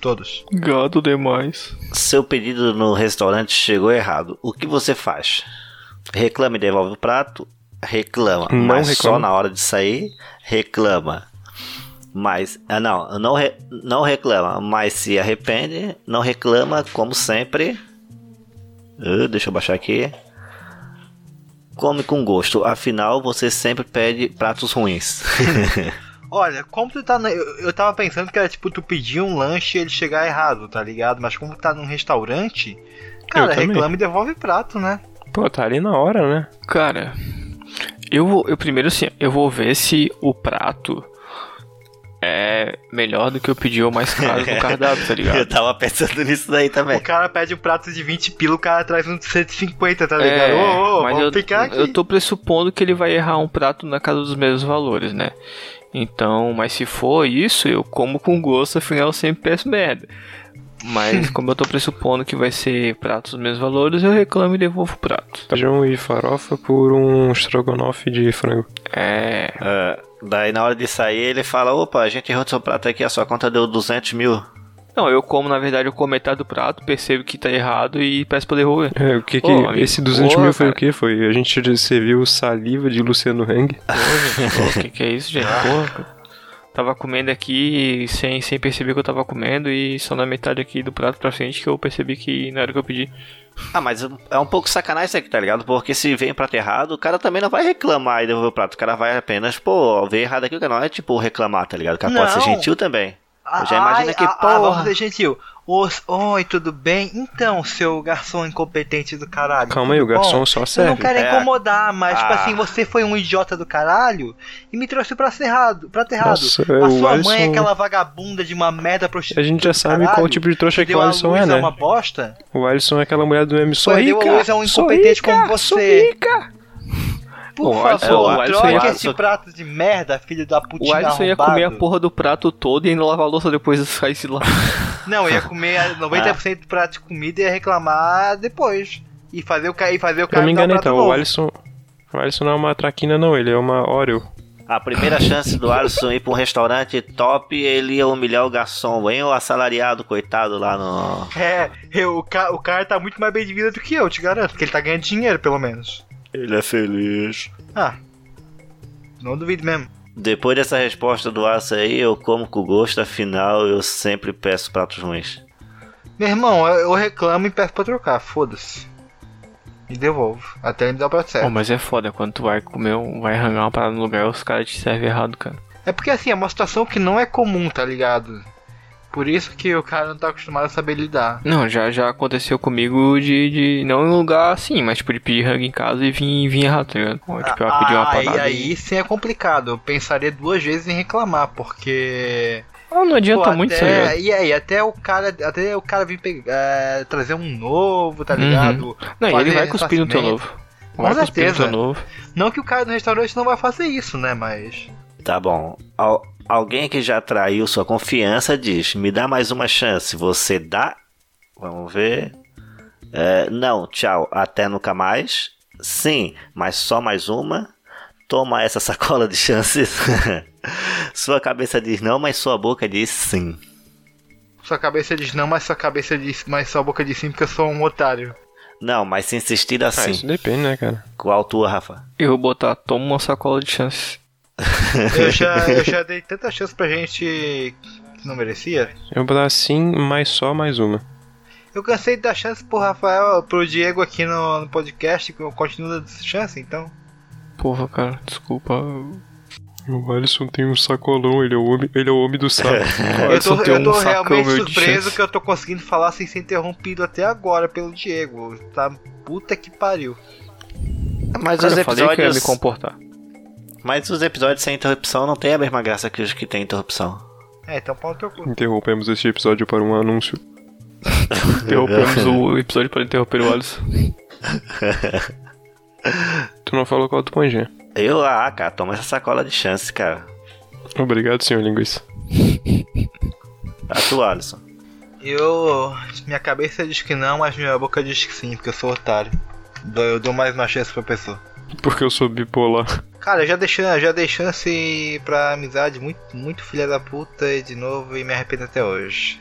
[SPEAKER 2] Todos.
[SPEAKER 3] Gado demais.
[SPEAKER 4] Seu pedido no restaurante chegou errado. O que você faz? Reclama e devolve o prato? Reclama.
[SPEAKER 1] Não
[SPEAKER 4] mas só
[SPEAKER 1] reclama.
[SPEAKER 4] na hora de sair, reclama. Mas, ah, não, não, re- não reclama, mas se arrepende, não reclama, como sempre. Ah, deixa eu baixar aqui. Come com gosto, afinal você sempre pede pratos ruins.
[SPEAKER 2] Olha, como tu tá. na- Eu, eu tava pensando que era tipo tu pedir um lanche e ele chegar errado, tá ligado? Mas como tu tá num restaurante, cara,
[SPEAKER 1] também.
[SPEAKER 2] reclama e devolve prato, né?
[SPEAKER 1] Pô, tá ali na hora, né?
[SPEAKER 3] Cara, eu vou, eu primeiro assim, eu vou ver se o prato é melhor do que eu pedi o mais caro no cardápio, tá
[SPEAKER 4] eu
[SPEAKER 3] ligado?
[SPEAKER 4] tava pensando nisso daí também.
[SPEAKER 2] O cara pede um prato de 20 pila, o cara traz um de 150, tá ligado?
[SPEAKER 3] É,
[SPEAKER 2] ô, ô,
[SPEAKER 3] mas
[SPEAKER 2] vamos
[SPEAKER 3] eu,
[SPEAKER 2] picar aqui.
[SPEAKER 3] eu tô pressupondo que ele vai errar um prato na casa dos mesmos valores, né? Então, mas se for isso, eu como com gosto, afinal eu sempre peço merda. Mas como eu tô pressupondo que vai ser pratos dos mesmos valores, eu reclamo e devolvo o prato.
[SPEAKER 1] Feijão e farofa por um estrogonofe de frango.
[SPEAKER 3] É,
[SPEAKER 4] Ah, daí na hora de sair ele fala, opa, a gente errou seu prato aqui, a sua conta deu 200 mil.
[SPEAKER 3] não, eu como na verdade eu como metade do prato, percebo que tá errado e peço pra devolver.
[SPEAKER 1] É, o que que...
[SPEAKER 3] Pô, amigo,
[SPEAKER 1] esse 200
[SPEAKER 3] porra,
[SPEAKER 1] mil foi
[SPEAKER 3] cara.
[SPEAKER 1] o quê? Foi... A gente serviu saliva de Luciano Hang.
[SPEAKER 3] O que, que é isso, gente?
[SPEAKER 2] Ah.
[SPEAKER 3] Porra, cara. Tava comendo aqui sem, sem perceber que eu tava comendo e só na metade aqui do prato pra frente que eu percebi que não era o que eu pedi.
[SPEAKER 4] Ah, mas é um pouco sacanagem isso aqui, tá ligado? Porque se vem prato errado, o cara também não vai reclamar e devolver o prato. O cara vai apenas, pô, ver errado aqui, o cara não é tipo reclamar, tá ligado? O cara pode ser
[SPEAKER 2] Não.
[SPEAKER 4] gentil também.
[SPEAKER 2] Ah,
[SPEAKER 4] Eu já imagino
[SPEAKER 2] ai,
[SPEAKER 4] que,
[SPEAKER 2] ah, ah, vamos
[SPEAKER 4] porra.
[SPEAKER 2] ser gentil. Os, Oi, tudo bem? Então, seu garçom incompetente do caralho.
[SPEAKER 1] Calma aí, o
[SPEAKER 2] tudo bom?
[SPEAKER 1] garçom só
[SPEAKER 2] Eu não
[SPEAKER 1] serve.
[SPEAKER 2] quero
[SPEAKER 4] É.
[SPEAKER 2] incomodar, mas tipo
[SPEAKER 4] Ah.
[SPEAKER 2] assim, você foi um idiota do caralho e me trouxe o prato errado. Prato errado.
[SPEAKER 1] Nossa,
[SPEAKER 2] a
[SPEAKER 1] o
[SPEAKER 2] sua mãe é
[SPEAKER 1] Alisson-
[SPEAKER 2] aquela vagabunda de uma merda prostituta.
[SPEAKER 1] A gente já
[SPEAKER 2] do
[SPEAKER 1] sabe
[SPEAKER 2] caralho,
[SPEAKER 1] qual tipo de trouxa que
[SPEAKER 2] deu
[SPEAKER 1] o
[SPEAKER 2] a
[SPEAKER 1] Alisson
[SPEAKER 2] luz
[SPEAKER 1] é,
[SPEAKER 2] a
[SPEAKER 1] né?
[SPEAKER 2] uma bosta.
[SPEAKER 1] O Alisson é aquela mulher do M. Sou
[SPEAKER 2] Só deu a
[SPEAKER 1] rica,
[SPEAKER 2] luz a um
[SPEAKER 1] sou
[SPEAKER 2] incompetente
[SPEAKER 1] rica,
[SPEAKER 2] como você.
[SPEAKER 1] Sou rica.
[SPEAKER 2] Por
[SPEAKER 3] O Alisson-
[SPEAKER 2] favor,
[SPEAKER 4] o Alisson
[SPEAKER 2] troque
[SPEAKER 4] ia-
[SPEAKER 2] esse prato de merda, filho da putinha
[SPEAKER 3] O Alisson ia
[SPEAKER 2] arrombado.
[SPEAKER 3] comer a porra do prato todo e ainda lavar a louça depois de sair de lá.
[SPEAKER 2] Não, eu ia comer a 90% do prato de comida e ia reclamar depois. E fazer o cara e fazer o
[SPEAKER 1] Eu
[SPEAKER 2] cara
[SPEAKER 1] me
[SPEAKER 2] dar um
[SPEAKER 1] enganei,
[SPEAKER 2] prato
[SPEAKER 1] então.
[SPEAKER 2] novo.
[SPEAKER 1] O Alisson... O Alisson não é uma traquina, não. Ele é uma Oreo.
[SPEAKER 4] A primeira chance do Alisson ir pra um restaurante top, ele ia humilhar o garçom, hein? O assalariado, coitado lá no.
[SPEAKER 2] É, eu- o, ca- o cara tá muito mais bem de vida do que eu, te garanto, porque ele tá ganhando dinheiro, pelo menos.
[SPEAKER 4] Ele é feliz.
[SPEAKER 2] Ah. Não duvido mesmo.
[SPEAKER 4] Depois dessa resposta do Alisson aí, eu como com gosto, afinal eu sempre peço pratos ruins.
[SPEAKER 2] Meu irmão, eu, eu reclamo e peço pra trocar, foda-se. E devolvo. Até ele me dar o processo.
[SPEAKER 3] Pô, mas é foda, quando tu vai comer, um- vai arranjar uma parada no lugar, os caras te servem errado, cara.
[SPEAKER 2] É porque assim, é uma situação que não é comum, tá ligado? Por isso que o cara não tá acostumado a saber lidar.
[SPEAKER 3] Não, já, já aconteceu comigo de, de. Não em lugar assim, mas tipo, de pedir rango em casa e vir, vir errar, tá ligado? Ou, Tipo, eu pedi uma
[SPEAKER 2] Ah, aí,
[SPEAKER 3] parada.
[SPEAKER 2] aí sim é complicado. Eu pensaria duas vezes em reclamar, porque.
[SPEAKER 3] Ah, não adianta
[SPEAKER 2] Pô,
[SPEAKER 3] muito, tá
[SPEAKER 2] até-
[SPEAKER 3] ligado?
[SPEAKER 2] E aí, até o cara, até o cara vir pegar, é, trazer um novo, tá
[SPEAKER 3] Uhum.
[SPEAKER 2] ligado?
[SPEAKER 3] Não, e
[SPEAKER 2] fazer
[SPEAKER 3] ele vai cuspir no teu
[SPEAKER 2] ressarcimento.
[SPEAKER 3] novo. Vai
[SPEAKER 2] Com
[SPEAKER 3] cuspir no teu
[SPEAKER 2] certeza.
[SPEAKER 3] novo.
[SPEAKER 2] Não que o cara do restaurante não vai fazer isso, né? Mas.
[SPEAKER 4] Tá bom. Al- alguém que já traiu sua confiança diz: me dá mais uma chance. Você dá? Vamos ver. É, não, tchau. Até nunca mais. Sim, mas só mais uma. Toma essa sacola de chances. sua cabeça diz não, mas sua boca diz sim.
[SPEAKER 2] Sua cabeça diz não, mas sua cabeça diz. Mas sua boca diz sim, porque eu sou um otário.
[SPEAKER 4] Não, mas se insistir
[SPEAKER 1] Ah,
[SPEAKER 4] assim.
[SPEAKER 1] isso depende, né, cara?
[SPEAKER 4] Qual tua, Rafa?
[SPEAKER 3] Eu vou botar, toma uma sacola de chance.
[SPEAKER 2] Eu já, eu já dei tanta chance pra gente que não merecia.
[SPEAKER 1] Eu vou dar sim, mas só mais uma.
[SPEAKER 2] Eu cansei de dar chance pro Rafael, pro Diego aqui no, no podcast, que eu continuo dando chance, então.
[SPEAKER 3] Porra, cara, desculpa. eu-
[SPEAKER 1] O Alisson tem um sacolão, ele é o homem, ele é o homem do saco.
[SPEAKER 2] É. Eu
[SPEAKER 3] só
[SPEAKER 2] tô,
[SPEAKER 3] tenho
[SPEAKER 2] eu tô
[SPEAKER 3] um sacão
[SPEAKER 2] realmente
[SPEAKER 3] meu de
[SPEAKER 2] surpreso
[SPEAKER 3] chance.
[SPEAKER 2] que eu tô conseguindo falar sem ser interrompido até agora pelo Diego. Tá puta que pariu.
[SPEAKER 4] Mas
[SPEAKER 3] Cara,
[SPEAKER 4] os
[SPEAKER 3] eu falei que eu ia me
[SPEAKER 4] episódios.
[SPEAKER 3] comportar.
[SPEAKER 4] Mas os episódios sem interrupção não tem a mesma graça que os que tem interrupção.
[SPEAKER 2] É, então pau no teu cu.
[SPEAKER 1] Interrompemos este episódio para um anúncio.
[SPEAKER 3] Interrompemos o episódio para interromper o Alisson.
[SPEAKER 1] Tu não falou qual tu põe, Jean.
[SPEAKER 4] Eu, ah, cara, toma essa sacola de chance, cara.
[SPEAKER 1] Obrigado, senhor linguiça.
[SPEAKER 4] A tua, Alisson.
[SPEAKER 2] Eu. Minha cabeça diz que não, mas minha boca diz que sim, porque eu sou otário. Dou- Eu dou mais uma chance pra pessoa.
[SPEAKER 1] Porque eu sou bipolar.
[SPEAKER 2] Cara, eu já dei chance, já dei chance pra amizade muito, muito filha da puta e de novo e me arrependo até hoje.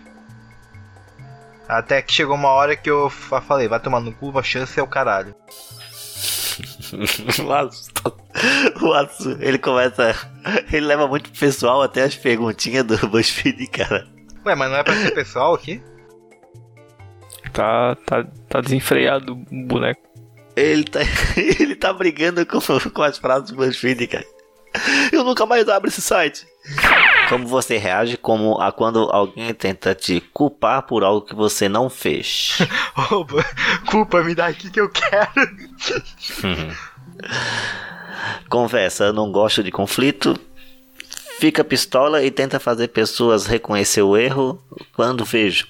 [SPEAKER 2] Até que chegou uma hora que eu fa- falei, vai tomar no cu, uma chance é o caralho.
[SPEAKER 4] O Alisson, tá- o Alisson, ele começa. Ele leva muito pro pessoal até as perguntinhas do BuzzFeed, cara.
[SPEAKER 2] Ué, mas não é pra ser pessoal aqui?
[SPEAKER 3] Tá, tá, tá desenfreado o boneco.
[SPEAKER 4] Ele tá, ele tá brigando com, com as frases do BuzzFeed, cara. Eu nunca mais abro esse site. Como você reage como a quando alguém tenta te culpar por algo que você não fez?
[SPEAKER 2] Opa, culpa, me dá aqui que eu quero.
[SPEAKER 4] Uhum. Conversa, não gosto de conflito. Fica pistola e tenta fazer pessoas reconhecer o erro quando vejo.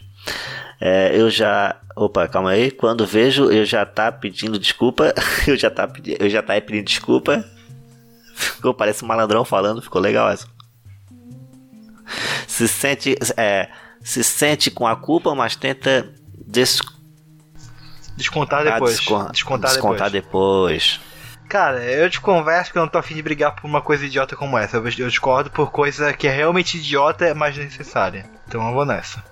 [SPEAKER 4] É, eu já. Opa, calma aí. Quando vejo, eu já tá pedindo desculpa. Eu já tá, pedi- eu já tá pedindo desculpa. Ficou, parece um malandrão falando, ficou legal essa. Se sente. É, se sente com a culpa, mas tenta des-
[SPEAKER 2] Descontar
[SPEAKER 4] ah,
[SPEAKER 2] depois.
[SPEAKER 4] descon-
[SPEAKER 2] descontar,
[SPEAKER 4] descontar depois.
[SPEAKER 2] depois. Cara, eu te converso que eu não tô afim de brigar por uma coisa idiota como essa. Eu, eu discordo por coisa que é realmente idiota, mas necessária. Então eu vou nessa.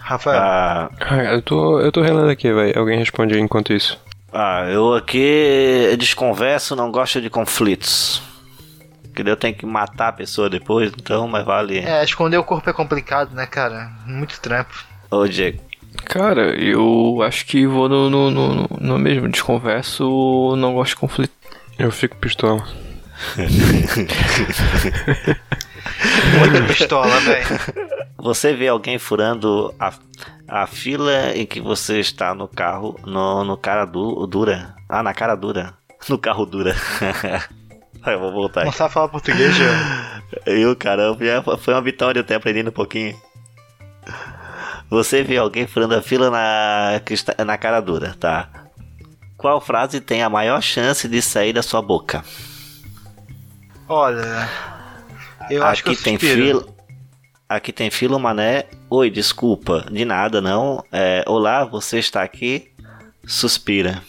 [SPEAKER 2] Rafael.
[SPEAKER 4] Ah,
[SPEAKER 1] Ah, eu tô, eu tô relendo aqui, velho. Alguém responde aí enquanto isso.
[SPEAKER 4] Ah, eu aqui eh, desconverso, não gosto de conflitos. Que daí eu tenho que matar a pessoa depois, então, mas vale.
[SPEAKER 2] É, esconder o corpo é complicado, né, cara? Muito trampo.
[SPEAKER 4] Ô, Diego.
[SPEAKER 3] Cara, eu acho que vou no, no, no, no- no mesmo. Desconverso, não gosto de conflito.
[SPEAKER 1] Eu fico pistola.
[SPEAKER 2] Muita pistola, velho.
[SPEAKER 4] Você vê alguém furando a, a fila em que você está no carro, no, no cara du- dura. Ah, na cara dura. No carro dura. Ah, eu vou voltar
[SPEAKER 2] Não
[SPEAKER 4] aqui.
[SPEAKER 2] sabe falar português, já.
[SPEAKER 4] Eu, caramba, já foi uma vitória até aprendendo um pouquinho. Você vê alguém furando a fila na, que está- na cara dura, tá? Qual frase tem a maior chance de sair da sua boca?
[SPEAKER 2] Olha. Eu acho que
[SPEAKER 4] aqui
[SPEAKER 2] eu
[SPEAKER 4] tem
[SPEAKER 2] suspiro.
[SPEAKER 4] fila. Aqui tem fila, mané. Oi, desculpa. De nada, não. É, Olá, você está aqui? Suspira.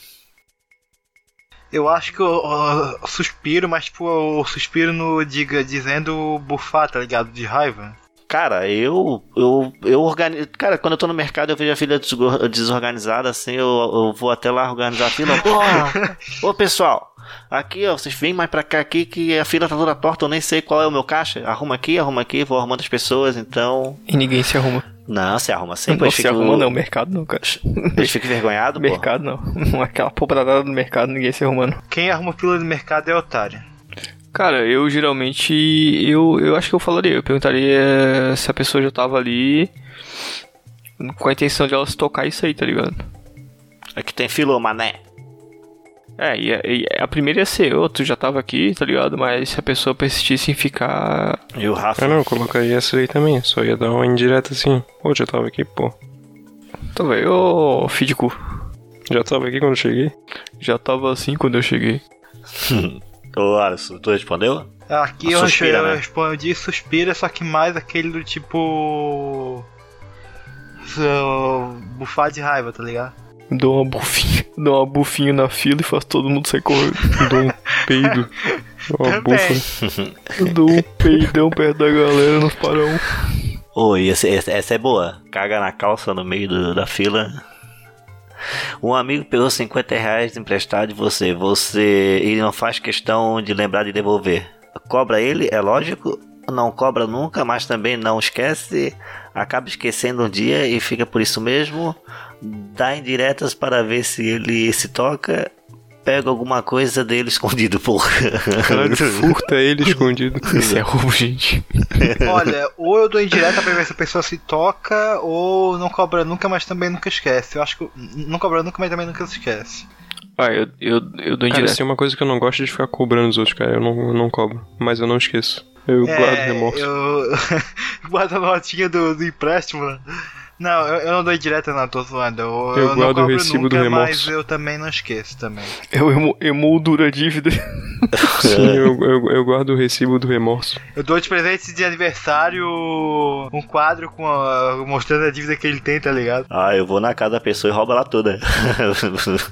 [SPEAKER 2] Eu acho que eu, ó, suspiro, mas tipo, eu suspiro no diga, dizendo bufar, tá ligado? De raiva.
[SPEAKER 4] Cara, eu. Eu, eu organizo. Cara, quando eu tô no mercado, eu vejo a fila desgo- desorganizada, assim, eu, eu vou até lá organizar a fila. Ó, Ô, pessoal, aqui, ó, vocês vêm mais pra cá aqui que a fila tá toda torta, eu nem sei qual é o meu caixa. Arruma aqui, arruma aqui, vou arrumando as pessoas, então.
[SPEAKER 3] E ninguém se arruma.
[SPEAKER 4] Não, se arruma sim,
[SPEAKER 3] não
[SPEAKER 4] pois
[SPEAKER 3] se
[SPEAKER 4] fica-
[SPEAKER 3] arruma, não. Mercado não, cara.
[SPEAKER 4] Pois fica envergonhado, pô.
[SPEAKER 3] mercado não. Não é aquela pobrada do mercado, ninguém se arrumando.
[SPEAKER 2] Quem arruma fila de mercado é otário.
[SPEAKER 3] Cara, eu geralmente. Eu, eu acho que eu falaria. Eu perguntaria eh, se a pessoa já tava ali com a intenção de ela se tocar isso aí, tá ligado?
[SPEAKER 4] Aqui tem filô, mané.
[SPEAKER 3] É, e a, e a primeira ia ser eu, tu já tava aqui, tá ligado? Mas se a pessoa persistisse em ficar.
[SPEAKER 4] E o Rafa.
[SPEAKER 1] Ah não, eu colocaria essa aí também, só ia dar uma indireta assim. Pô, já tava aqui, pô.
[SPEAKER 3] Tá velho, ô filho de cu.
[SPEAKER 1] Já tava aqui quando cheguei.
[SPEAKER 3] Já tava assim quando eu cheguei.
[SPEAKER 4] Ô, Alisson, tu respondeu?
[SPEAKER 2] Aqui
[SPEAKER 4] A
[SPEAKER 2] eu,
[SPEAKER 4] suspira,
[SPEAKER 2] eu
[SPEAKER 4] né?
[SPEAKER 2] respondi suspira, só que mais aquele do tipo. so- Bufar de raiva, tá ligado?
[SPEAKER 3] Dou uma bufinha, dou uma bufinha na fila e faço todo mundo sair correndo.
[SPEAKER 1] Dou um peido. Uma
[SPEAKER 2] Também.
[SPEAKER 1] bufa.
[SPEAKER 3] Eu dou um peidão perto da galera um. no parão.
[SPEAKER 4] Ô, e esse- esse- essa é boa. Caga na calça no meio do- da fila. Um amigo pegou 50 reais emprestado de você. Você. E não faz questão de lembrar de devolver. Cobra ele, é lógico. Não cobra nunca, mas também não esquece. Acaba esquecendo um dia e fica por isso mesmo. Dá indiretas para ver se ele se toca. Pega alguma coisa dele escondido, porra.
[SPEAKER 1] Caralho, furta ele escondido.
[SPEAKER 3] Isso é roubo, gente.
[SPEAKER 2] Olha, ou eu dou indireta pra ver se a pessoa se toca, ou não cobra nunca, mas também nunca esquece. Eu acho que. n- Não cobra nunca, mas também nunca se esquece.
[SPEAKER 3] Ah, eu, eu, eu dou
[SPEAKER 1] Cara,
[SPEAKER 3] indireto.
[SPEAKER 1] se tem uma coisa que eu não gosto é de ficar cobrando os outros, cara. Eu não, eu não cobro, mas eu não esqueço. Eu guardo remorso.
[SPEAKER 2] É, Eu. guardo a notinha do, do empréstimo, né? Não, eu, eu não dou indireta, não, tô zoando. Eu,
[SPEAKER 1] Eu
[SPEAKER 2] não
[SPEAKER 1] guardo o
[SPEAKER 2] cobro
[SPEAKER 1] recibo do
[SPEAKER 2] nunca, Mas
[SPEAKER 1] remorso.
[SPEAKER 2] eu também não esqueço também.
[SPEAKER 3] Eu emo, emolduro a dívida.
[SPEAKER 1] Sim, eu, eu, eu guardo o recibo do remorso.
[SPEAKER 2] Eu dou de presente de aniversário um quadro com a- mostrando a dívida que ele tem, tá ligado?
[SPEAKER 4] Ah, eu vou na casa da pessoa e roubo ela toda.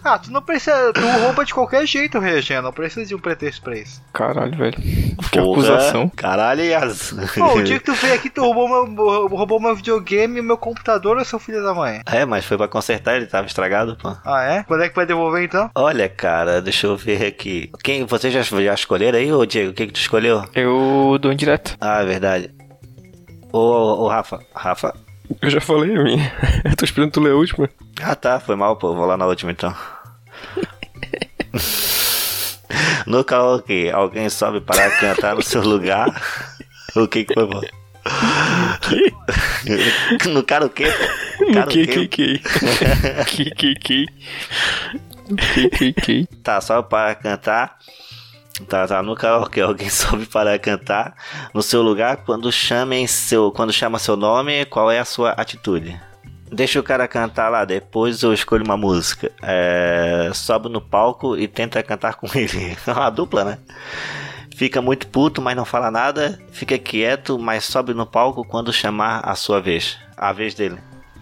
[SPEAKER 2] Ah, tu não precisa. Tu rouba de qualquer jeito, Regina. Não precisa de um pretexto pra isso.
[SPEAKER 3] Caralho, velho. Que
[SPEAKER 4] Porra,
[SPEAKER 3] acusação.
[SPEAKER 4] Caralho, Yas.
[SPEAKER 2] Pô, o dia que tu veio aqui, tu roubou meu, roubou meu videogame e meu computador, ô seu filho da mãe.
[SPEAKER 4] É, mas foi pra consertar, ele tava estragado, pô.
[SPEAKER 2] Ah, é? Quando é que vai devolver então?
[SPEAKER 4] Olha, cara, deixa eu ver aqui. Quem, vocês já, já escolheram aí, ô Diego? O que que tu escolheu?
[SPEAKER 3] Eu dou um indireto.
[SPEAKER 4] Ah, é verdade. Ô, ô, ô, Rafa, Rafa.
[SPEAKER 1] Eu já falei a minha. Eu tô esperando tu ler a última.
[SPEAKER 4] Ah, tá, foi mal, pô. Vou lá na última, então. no karaokê, alguém sobe para cantar no seu lugar? o que que foi, pô? no karaokê, pô. No
[SPEAKER 3] Que,
[SPEAKER 4] karaokê,
[SPEAKER 3] que, que. Que, que, que. Que, que, que.
[SPEAKER 4] Tá, sobe para cantar. Tá, tá, no karaokê alguém sobe para cantar no seu lugar quando chamem seu, quando chama seu nome, qual é a sua atitude? Deixa o cara cantar lá, depois eu escolho uma música. É, sobe no palco e tenta cantar com ele. É uma dupla, né? Fica muito puto, mas não fala nada. Fica quieto, mas sobe no palco quando chamar a sua vez. A vez dele.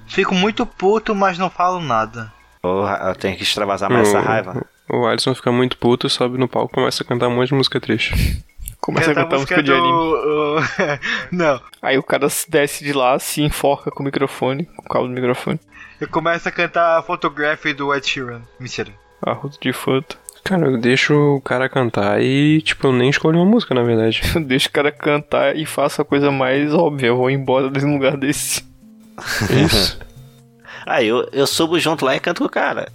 [SPEAKER 2] Fico muito puto, mas não falo nada.
[SPEAKER 4] Porra, eu tenho que extravasar mais essa
[SPEAKER 1] Hum.
[SPEAKER 4] raiva.
[SPEAKER 1] O Alisson fica muito puto, sobe no palco e começa a cantar um monte de música triste.
[SPEAKER 3] Começa a
[SPEAKER 2] Canta
[SPEAKER 3] cantar música de anime.
[SPEAKER 2] do- não.
[SPEAKER 3] Aí o cara se desce de lá, se enforca com o microfone, com o cabo do microfone.
[SPEAKER 2] Eu começo a cantar a photography do Ed Sheeran. Mentira.
[SPEAKER 3] Arroto de fanta.
[SPEAKER 1] Cara, eu deixo o cara cantar e, tipo, eu nem escolho uma música, na verdade.
[SPEAKER 3] Deixa o cara cantar e faça a coisa mais óbvia. Eu vou embora desse lugar desse.
[SPEAKER 1] É Isso.
[SPEAKER 4] Aí eu, eu subo junto lá e canto com o cara.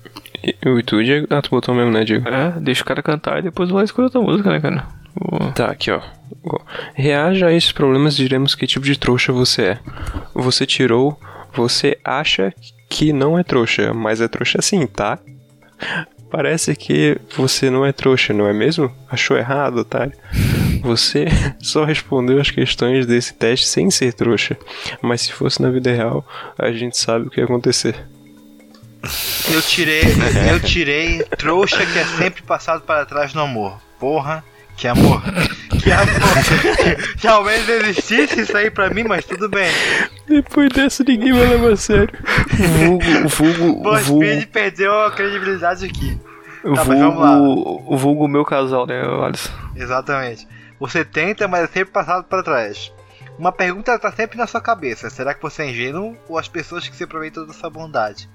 [SPEAKER 1] E, e tu, Diego? Ah, tu botou mesmo, né, Diego?
[SPEAKER 3] É, deixa o cara cantar e depois vai escolher outra música, né, cara? Boa.
[SPEAKER 1] Tá, aqui ó. Ó. Reaja a esses problemas e diremos que tipo de trouxa você é. Você tirou, você acha que não é trouxa, mas é trouxa sim, tá? Parece que você não é trouxa, não é mesmo? Achou errado, otário. Você só respondeu as questões desse teste sem ser trouxa. Mas se fosse na vida real, a gente sabe o que ia acontecer.
[SPEAKER 2] Eu tirei. Eu tirei trouxa que é sempre passado para trás no amor. Porra, que amor. Que amor. Que ao menos existisse isso aí pra mim, mas tudo bem.
[SPEAKER 1] Depois dessa ninguém vai levar a sério.
[SPEAKER 3] Vulgo, vulgo,
[SPEAKER 2] BuzzFeed
[SPEAKER 3] vulgo,
[SPEAKER 2] perdeu a credibilidade aqui. Tá, mas vamos lá.
[SPEAKER 3] vulgo, vulgo meu casal, né, Alisson?
[SPEAKER 2] Exatamente. Você tenta, mas é sempre passado para trás. Uma pergunta está sempre na sua cabeça: será que você é ingênuo ou as pessoas que se aproveitam da sua bondade?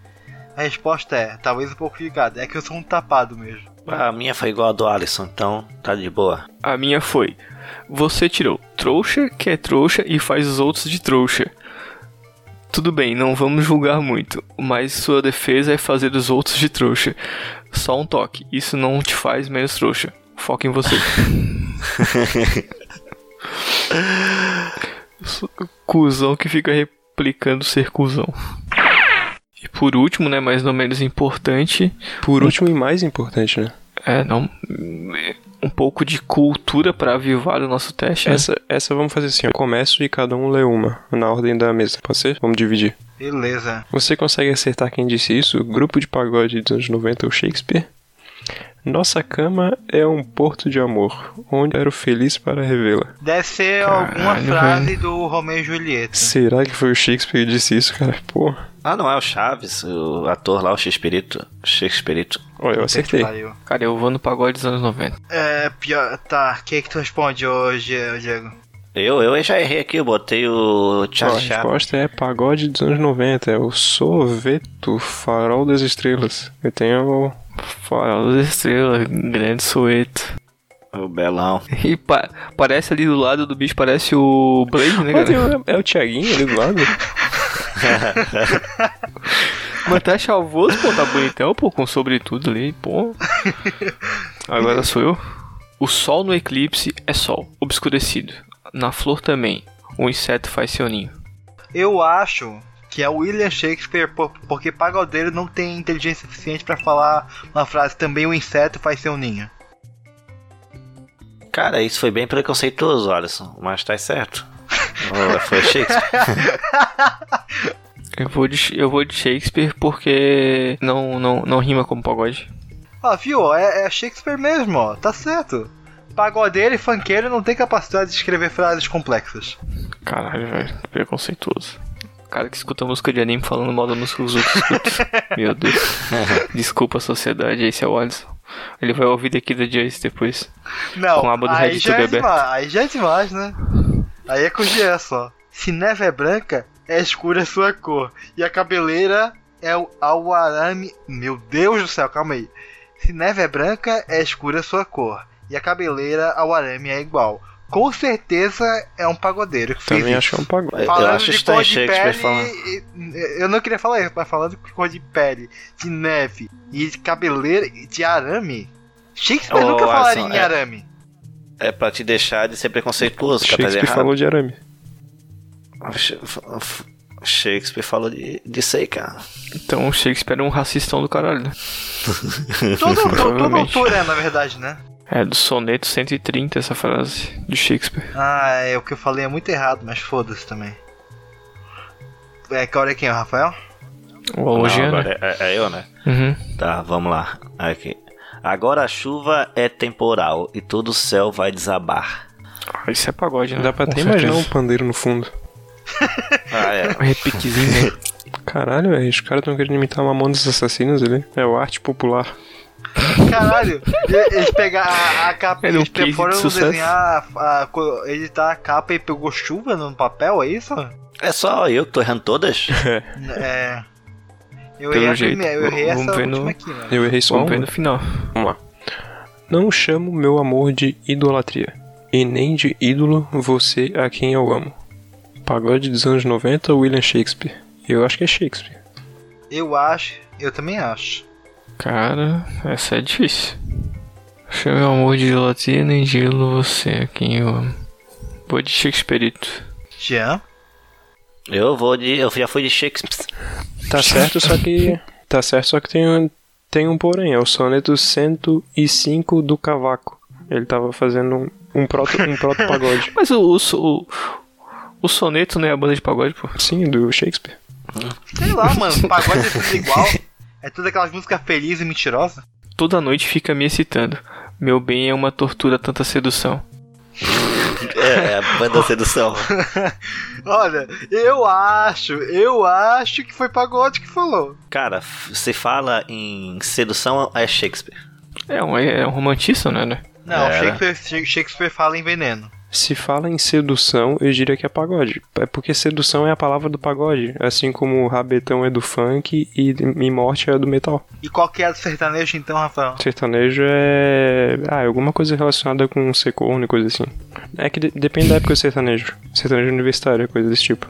[SPEAKER 2] A resposta é: talvez um pouco ligado. É que eu sou um tapado mesmo.
[SPEAKER 4] A minha foi igual a do Alisson, então tá de boa.
[SPEAKER 3] A minha foi: você tirou trouxa que é trouxa e faz os outros de trouxa. Tudo bem, não vamos julgar muito, mas sua defesa é fazer os outros de trouxa. Só um toque, isso não te faz menos trouxa. foco em você. Sou cusão que fica replicando ser cuzão. E por último, né, mas não menos importante,
[SPEAKER 1] Por último e mais importante, né?
[SPEAKER 3] é não um pouco de cultura para avivar o nosso teste. né?
[SPEAKER 1] Essa, essa vamos fazer assim, ó. Eu começo e cada um lê uma, na ordem da mesa. Pode ser? Vamos dividir.
[SPEAKER 2] Beleza.
[SPEAKER 1] Você consegue acertar quem disse isso? Grupo de pagode dos anos 90 ou Shakespeare? Nossa cama é um porto de amor, onde eu era feliz para revê-la.
[SPEAKER 2] Deve ser
[SPEAKER 3] Caralho,
[SPEAKER 2] alguma frase
[SPEAKER 3] velho.
[SPEAKER 2] do Romeu e Julieta.
[SPEAKER 1] Será que foi o Shakespeare que disse isso, cara? Pô,
[SPEAKER 4] Ah, não é o Chaves, o ator lá, o Shakespeareito. Shakespeareito.
[SPEAKER 1] olha, eu acertei.
[SPEAKER 2] Pariu.
[SPEAKER 3] Cara, eu vou no pagode dos anos 90.
[SPEAKER 2] É, pior. Tá, o que que tu responde hoje, Diego?
[SPEAKER 4] Eu, eu já errei aqui, eu botei o
[SPEAKER 1] Ó, a
[SPEAKER 4] Charles Chaves.
[SPEAKER 1] resposta é pagode dos anos 90, é o Soveto, farol das estrelas. Eu tenho.
[SPEAKER 3] Farol das estrelas, grande sueto.
[SPEAKER 4] O Belão.
[SPEAKER 3] E pa- parece ali do lado do bicho, parece o Blade, né,
[SPEAKER 1] Ó, tem
[SPEAKER 3] cara?
[SPEAKER 1] o- é o Thiaguinho ali do lado?
[SPEAKER 3] Mas tá chavoso, pô, tá bonitão, pô, com sobretudo ali, pô. Agora sou eu. O sol no eclipse é sol, obscurecido. Na flor também. O inseto faz seu ninho.
[SPEAKER 2] Eu acho que é o William Shakespeare, por- porque pagodeiro não tem inteligência suficiente pra falar uma frase também o inseto faz seu ninho.
[SPEAKER 4] Cara, isso foi bem preconceituoso, Alisson, mas tá certo. Ou foi Shakespeare.
[SPEAKER 3] Eu vou de, eu vou de Shakespeare porque não, não, não rima como pagode.
[SPEAKER 2] Ó, viu? É, é Shakespeare mesmo, ó. Tá certo. Pagodeiro e funkeiro não tem capacidade de escrever frases complexas.
[SPEAKER 3] Caralho, velho, preconceituoso. Cara que escuta música de anime falando mal da música que os outros escutam. Meu Deus. Desculpa a sociedade, esse é o Alisson. Ele vai ouvir daqui da Jace depois.
[SPEAKER 2] Não,
[SPEAKER 3] Com a aba do
[SPEAKER 2] aí,
[SPEAKER 3] Reddit
[SPEAKER 2] já é
[SPEAKER 3] aberta.
[SPEAKER 2] demais, aí já é demais, né? Aí é com Jean só. Se neve é branca, é escura a sua cor. E a cabeleira é o ao arame. Meu Deus do céu, calma aí. Se neve é branca, é escura a sua cor. E a cabeleira ao arame é igual. Com certeza é um pagodeiro que fez
[SPEAKER 1] Também
[SPEAKER 2] isso.
[SPEAKER 1] acho que é um pagode.
[SPEAKER 4] Eu
[SPEAKER 2] Falando
[SPEAKER 4] acho
[SPEAKER 2] de
[SPEAKER 4] estranho
[SPEAKER 2] cor de
[SPEAKER 4] Shakespeare
[SPEAKER 2] pele,
[SPEAKER 4] falando.
[SPEAKER 2] e- eu não queria falar isso, mas falando de cor de pele, de neve e de cabeleira e de arame, Shakespeare
[SPEAKER 4] Ô,
[SPEAKER 2] nunca falaria
[SPEAKER 4] Alisson,
[SPEAKER 2] em
[SPEAKER 4] é-
[SPEAKER 2] arame.
[SPEAKER 4] É pra te deixar de ser preconceituoso, cara, tá
[SPEAKER 1] Shakespeare
[SPEAKER 4] errado.
[SPEAKER 1] falou de arame.
[SPEAKER 4] Sh- f- Shakespeare falou de, disso aí, cara.
[SPEAKER 3] Então o Shakespeare é um racistão do caralho, né?
[SPEAKER 2] Todo, todo, todo
[SPEAKER 3] Provavelmente.
[SPEAKER 2] autor é, na verdade, né?
[SPEAKER 3] É do soneto 130 essa frase de Shakespeare.
[SPEAKER 2] Ah, é, o que eu falei é muito errado, mas foda-se também. É, qual é quem? O Rafael?
[SPEAKER 3] O
[SPEAKER 4] Não,
[SPEAKER 3] Algiano.
[SPEAKER 4] agora é, é eu, né?
[SPEAKER 3] Uhum.
[SPEAKER 4] Tá, vamos lá. Aqui. Agora a chuva é temporal e todo o céu vai desabar.
[SPEAKER 3] Ah, Isso é pagode, né?
[SPEAKER 1] Dá pra
[SPEAKER 3] Com
[SPEAKER 1] até imaginar um
[SPEAKER 3] certeza.
[SPEAKER 1] pandeiro no fundo.
[SPEAKER 4] Ah, é.
[SPEAKER 3] Um repiquezinho, né?
[SPEAKER 1] Caralho, velho, os caras tão querendo imitar Mamonas Assassinas ali. É o arte popular.
[SPEAKER 2] Caralho, e- eles pegaram a, a capa,
[SPEAKER 3] Era um
[SPEAKER 2] eles
[SPEAKER 3] case de
[SPEAKER 2] foram
[SPEAKER 3] sucesso.
[SPEAKER 2] desenhar, a, a, co- editar a capa e pegou chuva no papel, é isso?
[SPEAKER 4] É só eu que tô errando todas?
[SPEAKER 2] É... Eu
[SPEAKER 3] Pelo
[SPEAKER 2] errei, a
[SPEAKER 3] jeito,
[SPEAKER 2] primeira, eu errei
[SPEAKER 3] vamos
[SPEAKER 2] essa
[SPEAKER 3] ver no-
[SPEAKER 2] última aqui, né?
[SPEAKER 1] Eu errei só
[SPEAKER 3] Vamos ver
[SPEAKER 1] um.
[SPEAKER 3] no final.
[SPEAKER 1] Não chamo meu amor de idolatria. E nem de ídolo você a quem eu amo. Pagode dos anos 90, William Shakespeare. Eu acho que é Shakespeare.
[SPEAKER 2] Eu acho, eu também acho.
[SPEAKER 3] Cara, essa é difícil. Achei meu amor de idolatria, nem gelo você, a quem eu amo. Vou de Shakespeareito.
[SPEAKER 2] Jean?
[SPEAKER 4] Eu vou de. Eu já fui de Shakespeare.
[SPEAKER 1] Tá certo, só que. Tá certo, só que tem um, tem um porém. É o soneto 105 do Cavaco. Ele tava fazendo um, um proto, um proto pagode.
[SPEAKER 3] Mas o, o, so- o, o soneto não é a banda de pagode, pô.
[SPEAKER 1] Sim, do Shakespeare.
[SPEAKER 2] Sei lá, mano, pagode é tudo igual. É tudo aquelas músicas felizes e mentirosas.
[SPEAKER 3] Toda noite fica me excitando. Meu bem é uma tortura tanta sedução.
[SPEAKER 4] É, é a banda sedução.
[SPEAKER 2] Olha, eu acho, eu acho que foi pagode que falou.
[SPEAKER 4] Cara, f- se fala em sedução é Shakespeare.
[SPEAKER 3] É um, é um romantista, né? né?
[SPEAKER 2] Não,
[SPEAKER 4] É.
[SPEAKER 2] Shakespeare, Sha- Shakespeare fala em veneno.
[SPEAKER 1] Se fala em sedução, eu diria que é pagode. É porque sedução é a palavra do pagode, assim como rabetão é do funk e, e morte é do metal.
[SPEAKER 2] E qual que é a do sertanejo então, Rafael?
[SPEAKER 1] Sertanejo é. Ah, é alguma coisa relacionada com secorno e coisa assim. É que de- depende da época do sertanejo. Sertanejo universitário, coisa desse tipo.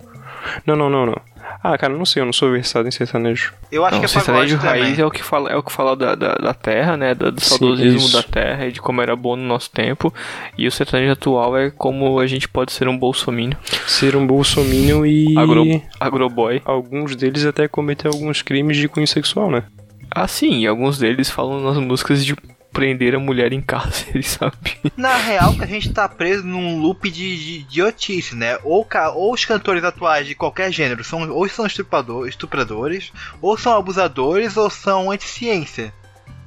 [SPEAKER 1] Não, não, não, não. Ah, cara, não sei, eu não sou versado em sertanejo.
[SPEAKER 2] Eu acho
[SPEAKER 3] Não,
[SPEAKER 2] que é pagode
[SPEAKER 3] sertanejo
[SPEAKER 2] também.
[SPEAKER 3] raiz é o que fala, é o que fala da, da, da terra, né? da- do
[SPEAKER 1] Sim,
[SPEAKER 3] saudosismo
[SPEAKER 1] isso.
[SPEAKER 3] da terra e de como era bom no nosso tempo. E o sertanejo atual é como a gente pode ser um bolsominion,
[SPEAKER 1] Ser um bolsominion e.
[SPEAKER 3] agro, agroboy.
[SPEAKER 1] Alguns deles até cometer alguns crimes de cunho sexual, né?
[SPEAKER 3] Ah, sim, e alguns deles falam nas músicas de prender a mulher em cárcere, sabe?
[SPEAKER 2] Na real, que a gente tá preso num loop de, de idiotice, né? Ou, ca- ou os cantores atuais de qualquer gênero são ou são estrupador, estupradores, ou são abusadores, ou são anti-ciência.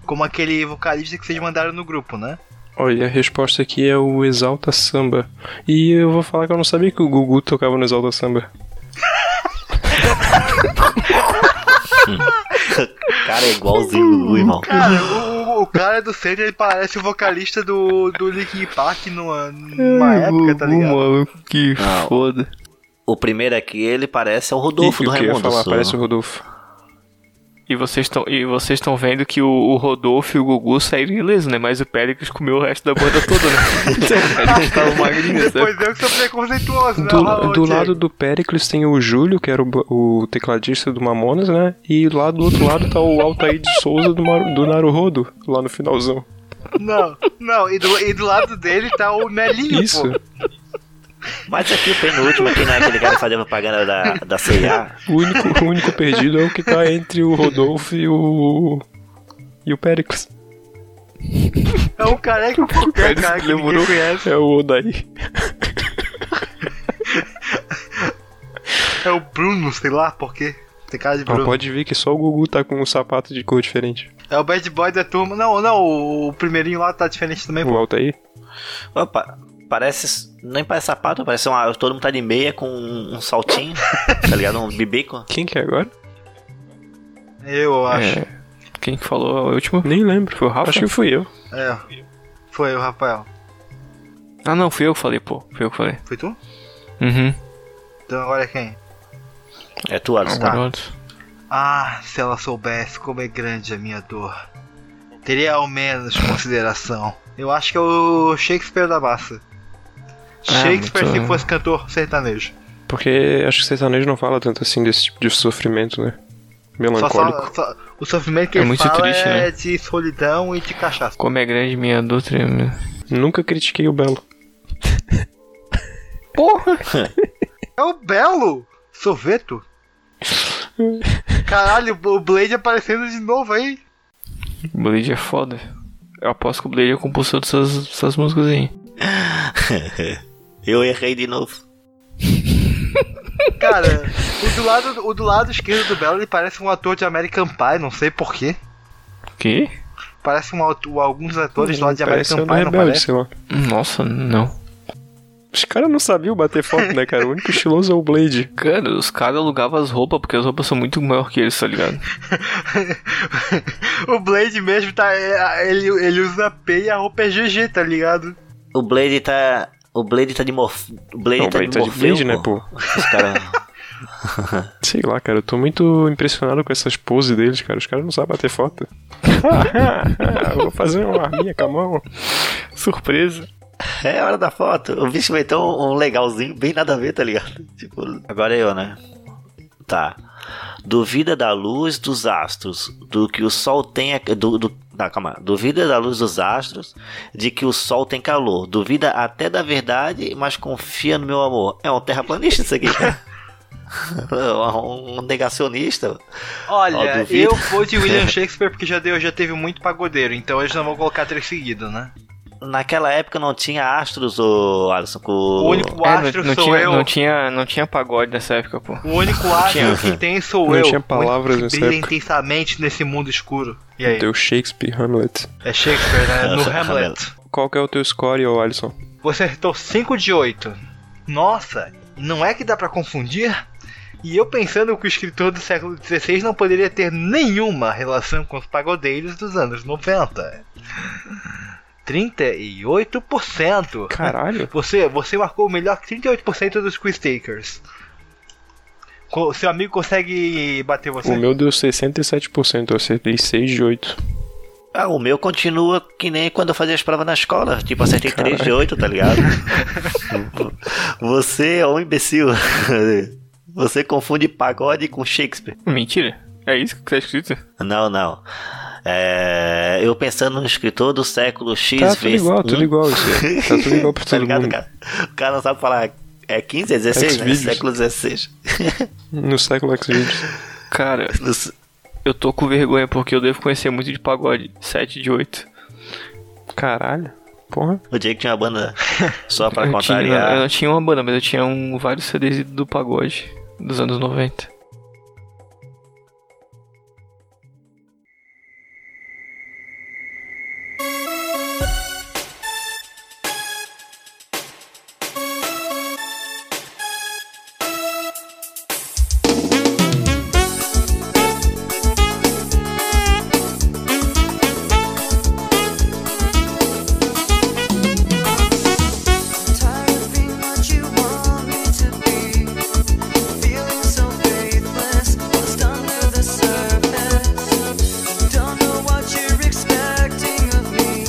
[SPEAKER 2] Como aquele vocalista que vocês mandaram no grupo, né?
[SPEAKER 1] Olha, a resposta aqui é o Exalta Samba. E eu vou falar que eu não sabia que o Gugu tocava no Exalta Samba.
[SPEAKER 4] Cara, é igualzinho o Gugu, irmão.
[SPEAKER 2] Cara, o, o- o cara do centro ele parece o vocalista do, do Linkin Park numa, numa época, tá ligado?
[SPEAKER 3] maluco, que
[SPEAKER 4] Não.
[SPEAKER 3] foda.
[SPEAKER 4] O primeiro aqui, ele parece é o Rodolfo
[SPEAKER 1] E
[SPEAKER 4] do
[SPEAKER 1] o que eu ia
[SPEAKER 4] Raimundo.
[SPEAKER 1] falar?
[SPEAKER 4] só.
[SPEAKER 1] Parece o Rodolfo.
[SPEAKER 3] E vocês estão e vocês estão vendo que o, o Rodolfo e o Gugu saíram ileso, né? Mas o Péricles comeu o resto da banda toda, né? Então, o Péricles tava magrinho, sabe?
[SPEAKER 2] Depois eu que sou preconceituoso, né?
[SPEAKER 1] Do,
[SPEAKER 2] Olha lá, ô,
[SPEAKER 1] do
[SPEAKER 2] Diego.
[SPEAKER 1] lado do Péricles tem o Júlio, que era o, ba- o tecladista do Mamonas, né? E lá do outro lado tá o Altair de Souza do, Mar, do Naruhodo, lá no finalzão.
[SPEAKER 2] Não, não, e do, e do lado dele tá o Melinho,
[SPEAKER 1] Isso.
[SPEAKER 2] pô.
[SPEAKER 4] Mas aqui o penúltimo, aqui não é aquele cara que fazia propaganda da, da CIA.
[SPEAKER 1] O único, o único perdido é o que tá entre o Rodolfo e o. E o Péricles.
[SPEAKER 2] É um careca qualquer,
[SPEAKER 1] Péricles
[SPEAKER 2] cara que ninguém
[SPEAKER 1] lembrou.
[SPEAKER 2] conhece.
[SPEAKER 1] É o Odair.
[SPEAKER 2] É o Bruno, sei lá por quê. Tem cara de Bruno.
[SPEAKER 1] Mas pode ver que só o Gugu tá com um sapato de cor diferente.
[SPEAKER 2] É o bad boy da turma. Não, não, o o primeirinho lá tá diferente também,
[SPEAKER 1] O
[SPEAKER 2] pô.
[SPEAKER 1] Altair.
[SPEAKER 4] Opa, parece. Nem parece sapato, parece uma. Todo mundo tá de meia com um, um saltinho, tá ligado? Um bibico.
[SPEAKER 1] Quem que é agora?
[SPEAKER 2] Eu acho.
[SPEAKER 3] É, quem que falou a última?
[SPEAKER 1] Nem lembro.
[SPEAKER 3] Foi o Rafa?
[SPEAKER 1] Acho que fui eu.
[SPEAKER 2] É. Foi o Rafael.
[SPEAKER 3] Ah, não, fui eu que falei, pô. Fui eu que falei.
[SPEAKER 2] Foi tu?
[SPEAKER 3] Uhum.
[SPEAKER 2] Então agora é quem?
[SPEAKER 4] É tu, Alisson.
[SPEAKER 2] Tá.
[SPEAKER 3] Pronto.
[SPEAKER 2] Ah, se ela soubesse como é grande a minha dor. Teria ao menos consideração. Eu acho que é o Shakespeare da massa.
[SPEAKER 3] Ah,
[SPEAKER 2] Shakespeare
[SPEAKER 3] muito-
[SPEAKER 2] se fosse cantor sertanejo.
[SPEAKER 1] Porque acho que sertanejo não fala tanto assim desse tipo de sofrimento, né?
[SPEAKER 2] Só
[SPEAKER 1] Melancólico.
[SPEAKER 2] fala- só- o sofrimento que
[SPEAKER 3] É
[SPEAKER 2] ele
[SPEAKER 3] muito
[SPEAKER 2] fala
[SPEAKER 3] triste,
[SPEAKER 2] é
[SPEAKER 3] né?
[SPEAKER 2] de solidão e de cachaça.
[SPEAKER 3] Como é grande minha dor tremenda.
[SPEAKER 1] Nunca critiquei o Belo.
[SPEAKER 3] Porra!
[SPEAKER 2] É o Belo! Sorveto? Caralho, o Blade aparecendo de novo aí.
[SPEAKER 3] Blade é foda. Eu aposto que o Blade é compulsor dessas, dessas músicas aí.
[SPEAKER 4] Eu errei de novo.
[SPEAKER 2] Cara, o do lado, o do lado esquerdo do Belo ele parece um ator de American Pie, não sei porquê.
[SPEAKER 3] O quê?
[SPEAKER 2] Parece um, aut- alguns atores lá
[SPEAKER 3] Hum,
[SPEAKER 2] de
[SPEAKER 1] Parece
[SPEAKER 3] um
[SPEAKER 2] American
[SPEAKER 1] o
[SPEAKER 2] Pie, não
[SPEAKER 1] Rebelde,
[SPEAKER 2] parece?
[SPEAKER 1] sei lá.
[SPEAKER 3] Nossa, não.
[SPEAKER 1] Os caras não sabiam bater foto, né, cara? O único estiloso é o Blade.
[SPEAKER 3] Cara, os caras alugavam as roupas porque as roupas são muito maior que eles, tá ligado?
[SPEAKER 2] o Blade mesmo tá. é, Ele, ele usa a P e a roupa é GG, tá ligado?
[SPEAKER 4] O Blade tá. O Blade tá de morf. O Blade
[SPEAKER 1] Não, o
[SPEAKER 4] tá
[SPEAKER 1] Blade
[SPEAKER 4] de
[SPEAKER 1] tá de
[SPEAKER 4] morfeu,
[SPEAKER 1] Blade, né,
[SPEAKER 4] pô.
[SPEAKER 1] pô?
[SPEAKER 4] Os caras.
[SPEAKER 1] Sei lá, cara. Eu tô muito impressionado com essas poses deles, cara. Os caras não sabem bater foto. Eu Vou fazer uma arminha com a mão.
[SPEAKER 3] Surpresa.
[SPEAKER 4] É hora da foto. O bicho meteu um um legalzinho, bem nada a ver, tá ligado? Tipo, agora eu, né? Tá. Duvida da luz dos astros, do que o sol tem. a- Do, do, tá, calma. Duvida da luz dos astros, de que o sol tem calor. Duvida até da verdade, mas confia no meu amor. É um terraplanista isso aqui, cara. um um negacionista. Ó,
[SPEAKER 2] Olha,
[SPEAKER 4] duvido.
[SPEAKER 2] eu vou de William Shakespeare porque já, deu, já teve muito pagodeiro, então eles não vão colocar três seguidos, né?
[SPEAKER 4] Naquela época não tinha astros, ô Alisson. Com...
[SPEAKER 2] O único
[SPEAKER 3] É,
[SPEAKER 2] astro
[SPEAKER 3] não, não
[SPEAKER 2] sou
[SPEAKER 3] tinha,
[SPEAKER 2] eu.
[SPEAKER 3] não, tinha, não tinha pagode nessa época, pô.
[SPEAKER 2] O único astro
[SPEAKER 4] tinha-
[SPEAKER 2] que tem sou
[SPEAKER 1] Não
[SPEAKER 2] eu.
[SPEAKER 1] tinha palavras
[SPEAKER 2] que
[SPEAKER 1] nessa
[SPEAKER 2] brilha
[SPEAKER 1] época.
[SPEAKER 2] intensamente nesse mundo escuro. E aí?
[SPEAKER 1] Deu Shakespeare, Hamlet.
[SPEAKER 2] É Shakespeare, né? No
[SPEAKER 4] Nossa,
[SPEAKER 2] Hamlet.
[SPEAKER 1] Qual que é o teu score, ô Alisson?
[SPEAKER 2] Você acertou 5 de 8. Nossa, não é que dá pra confundir? E eu pensando que o escritor do século XVI não poderia ter nenhuma relação com os pagodeiros dos anos 90. 38%.
[SPEAKER 1] Caralho.
[SPEAKER 2] Você, você marcou melhor que 38% dos quiz takers. Co- Seu amigo consegue bater você?
[SPEAKER 1] O meu deu 67%. Eu acertei 6 de 8.
[SPEAKER 4] Ah, o meu continua que nem quando eu fazia as provas na escola. Tipo, acertei 3 de 8, tá ligado? Você é um imbecil. Você confunde pagode com Shakespeare.
[SPEAKER 3] Mentira. É isso que tá escrito?
[SPEAKER 4] Não, não. É, eu pensando no escritor do século X
[SPEAKER 1] Tá tudo
[SPEAKER 4] vezes
[SPEAKER 1] igual,
[SPEAKER 4] um.
[SPEAKER 1] tudo igual isso aí. Tá tudo igual pra
[SPEAKER 4] Tá
[SPEAKER 1] todo
[SPEAKER 4] ligado,
[SPEAKER 1] mundo.
[SPEAKER 4] cara? O cara não sabe falar. É 15, é 16, né?
[SPEAKER 1] Xvideos.
[SPEAKER 4] Século 16.
[SPEAKER 1] No século X
[SPEAKER 3] Cara, eu tô com vergonha porque eu devo conhecer muito de pagode. 7 de 8.
[SPEAKER 1] Caralho. Porra.
[SPEAKER 4] o Jake tinha uma banda só pra
[SPEAKER 3] eu, tinha,
[SPEAKER 1] é,
[SPEAKER 3] eu
[SPEAKER 4] contrariar.
[SPEAKER 3] não tinha uma banda, mas eu tinha um, vários CDs do pagode dos anos 90.
[SPEAKER 7] Tired of being what you want me to be, feeling so faithless, lost under the surface. Don't know what you're expecting of me,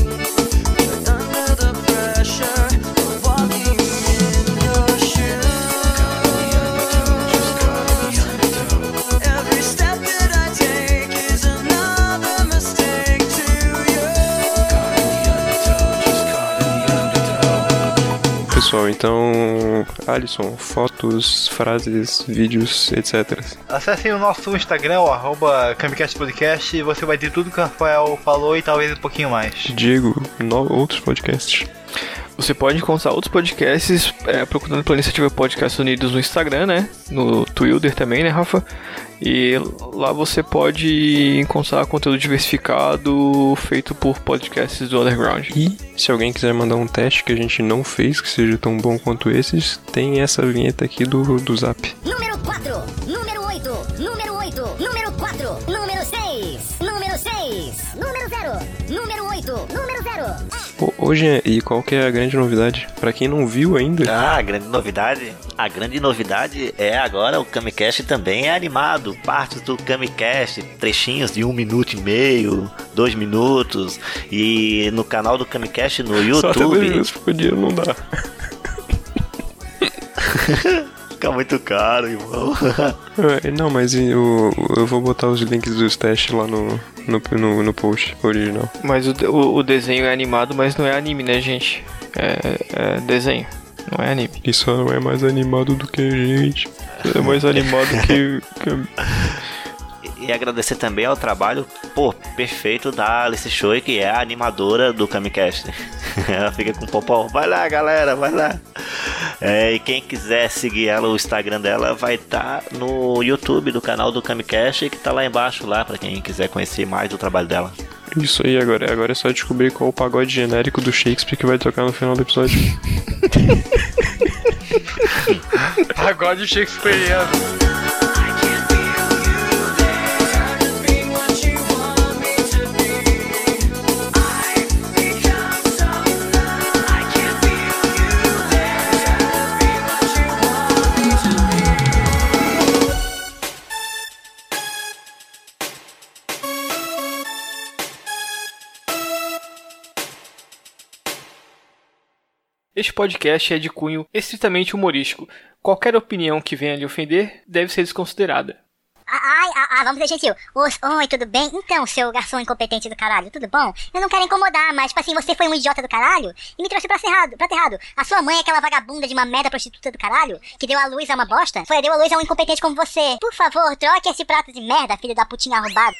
[SPEAKER 7] but under the pressure of walking in your shoes. Every step that I take is another mistake to you.
[SPEAKER 1] Pessoal, então. Alisson, fotos, frases, vídeos, etc.
[SPEAKER 2] Acessem o nosso Instagram, o arroba Camicast Podcast, e você vai ter tudo que o Rafael falou e talvez um pouquinho mais.
[SPEAKER 1] Diego, no- outros podcasts.
[SPEAKER 3] Você pode encontrar outros podcasts é, procurando pela iniciativa Podcasts Unidos no Instagram, né? No Twitter também, né, Rafa? E lá você pode encontrar conteúdo diversificado feito por podcasts do Underground.
[SPEAKER 1] E se alguém quiser mandar um teste que a gente não fez, que seja tão bom quanto esses, tem essa vinheta aqui do, do Zap.
[SPEAKER 8] Número 4, número 8, número 8, número 4, número 6, número 6, número 0, número 8, número 0.
[SPEAKER 1] Ho- Hoje, é- e qual que é a grande novidade? Pra quem não viu ainda,
[SPEAKER 4] Ah, a grande novidade. A grande novidade é agora o Camicast também é animado. Partes do Camicast, trechinhos de um minuto e meio, dois minutos. E no canal do Camicast no
[SPEAKER 1] só até dois
[SPEAKER 4] É, YouTube.
[SPEAKER 1] minutos por dia não dá.
[SPEAKER 4] Fica muito caro, irmão.
[SPEAKER 1] É, Não, mas eu, eu vou botar os links dos testes lá no, no, no, no post original.
[SPEAKER 3] Mas o, de- o, o desenho é animado, mas não é anime, né, gente? É, é desenho, não é anime.
[SPEAKER 1] Isso não é mais animado do que a gente.
[SPEAKER 3] É mais animado que.
[SPEAKER 4] E agradecer também ao trabalho, pô, perfeito da Alice Choi, que é a animadora do Camicast. ela fica com o popó, vai lá galera, vai lá. É, e quem quiser seguir ela, o Instagram dela vai estar no YouTube do canal do Camicast, que tá lá embaixo lá, pra quem quiser conhecer mais do trabalho dela.
[SPEAKER 1] Isso aí agora. Agora é só descobrir qual o pagode genérico do Shakespeare que vai tocar no final do episódio.
[SPEAKER 2] Pagode Shakespeareano.
[SPEAKER 3] Este podcast é de cunho estritamente humorístico. Qualquer opinião que venha lhe ofender deve ser desconsiderada.
[SPEAKER 8] Ai, ah, ah, vamos ser gentil. Os- Oi, tudo bem? Então, seu garçom incompetente do caralho, tudo bom? Eu não quero incomodar, mas, tipo assim, você foi um idiota do caralho e me trouxe pra errado, pra errado. A sua mãe é aquela vagabunda de uma merda prostituta do caralho que deu a luz a uma bosta? Foi, deu a luz a um incompetente como você. Por favor, troque esse prato de merda, filho da putinha arrombada.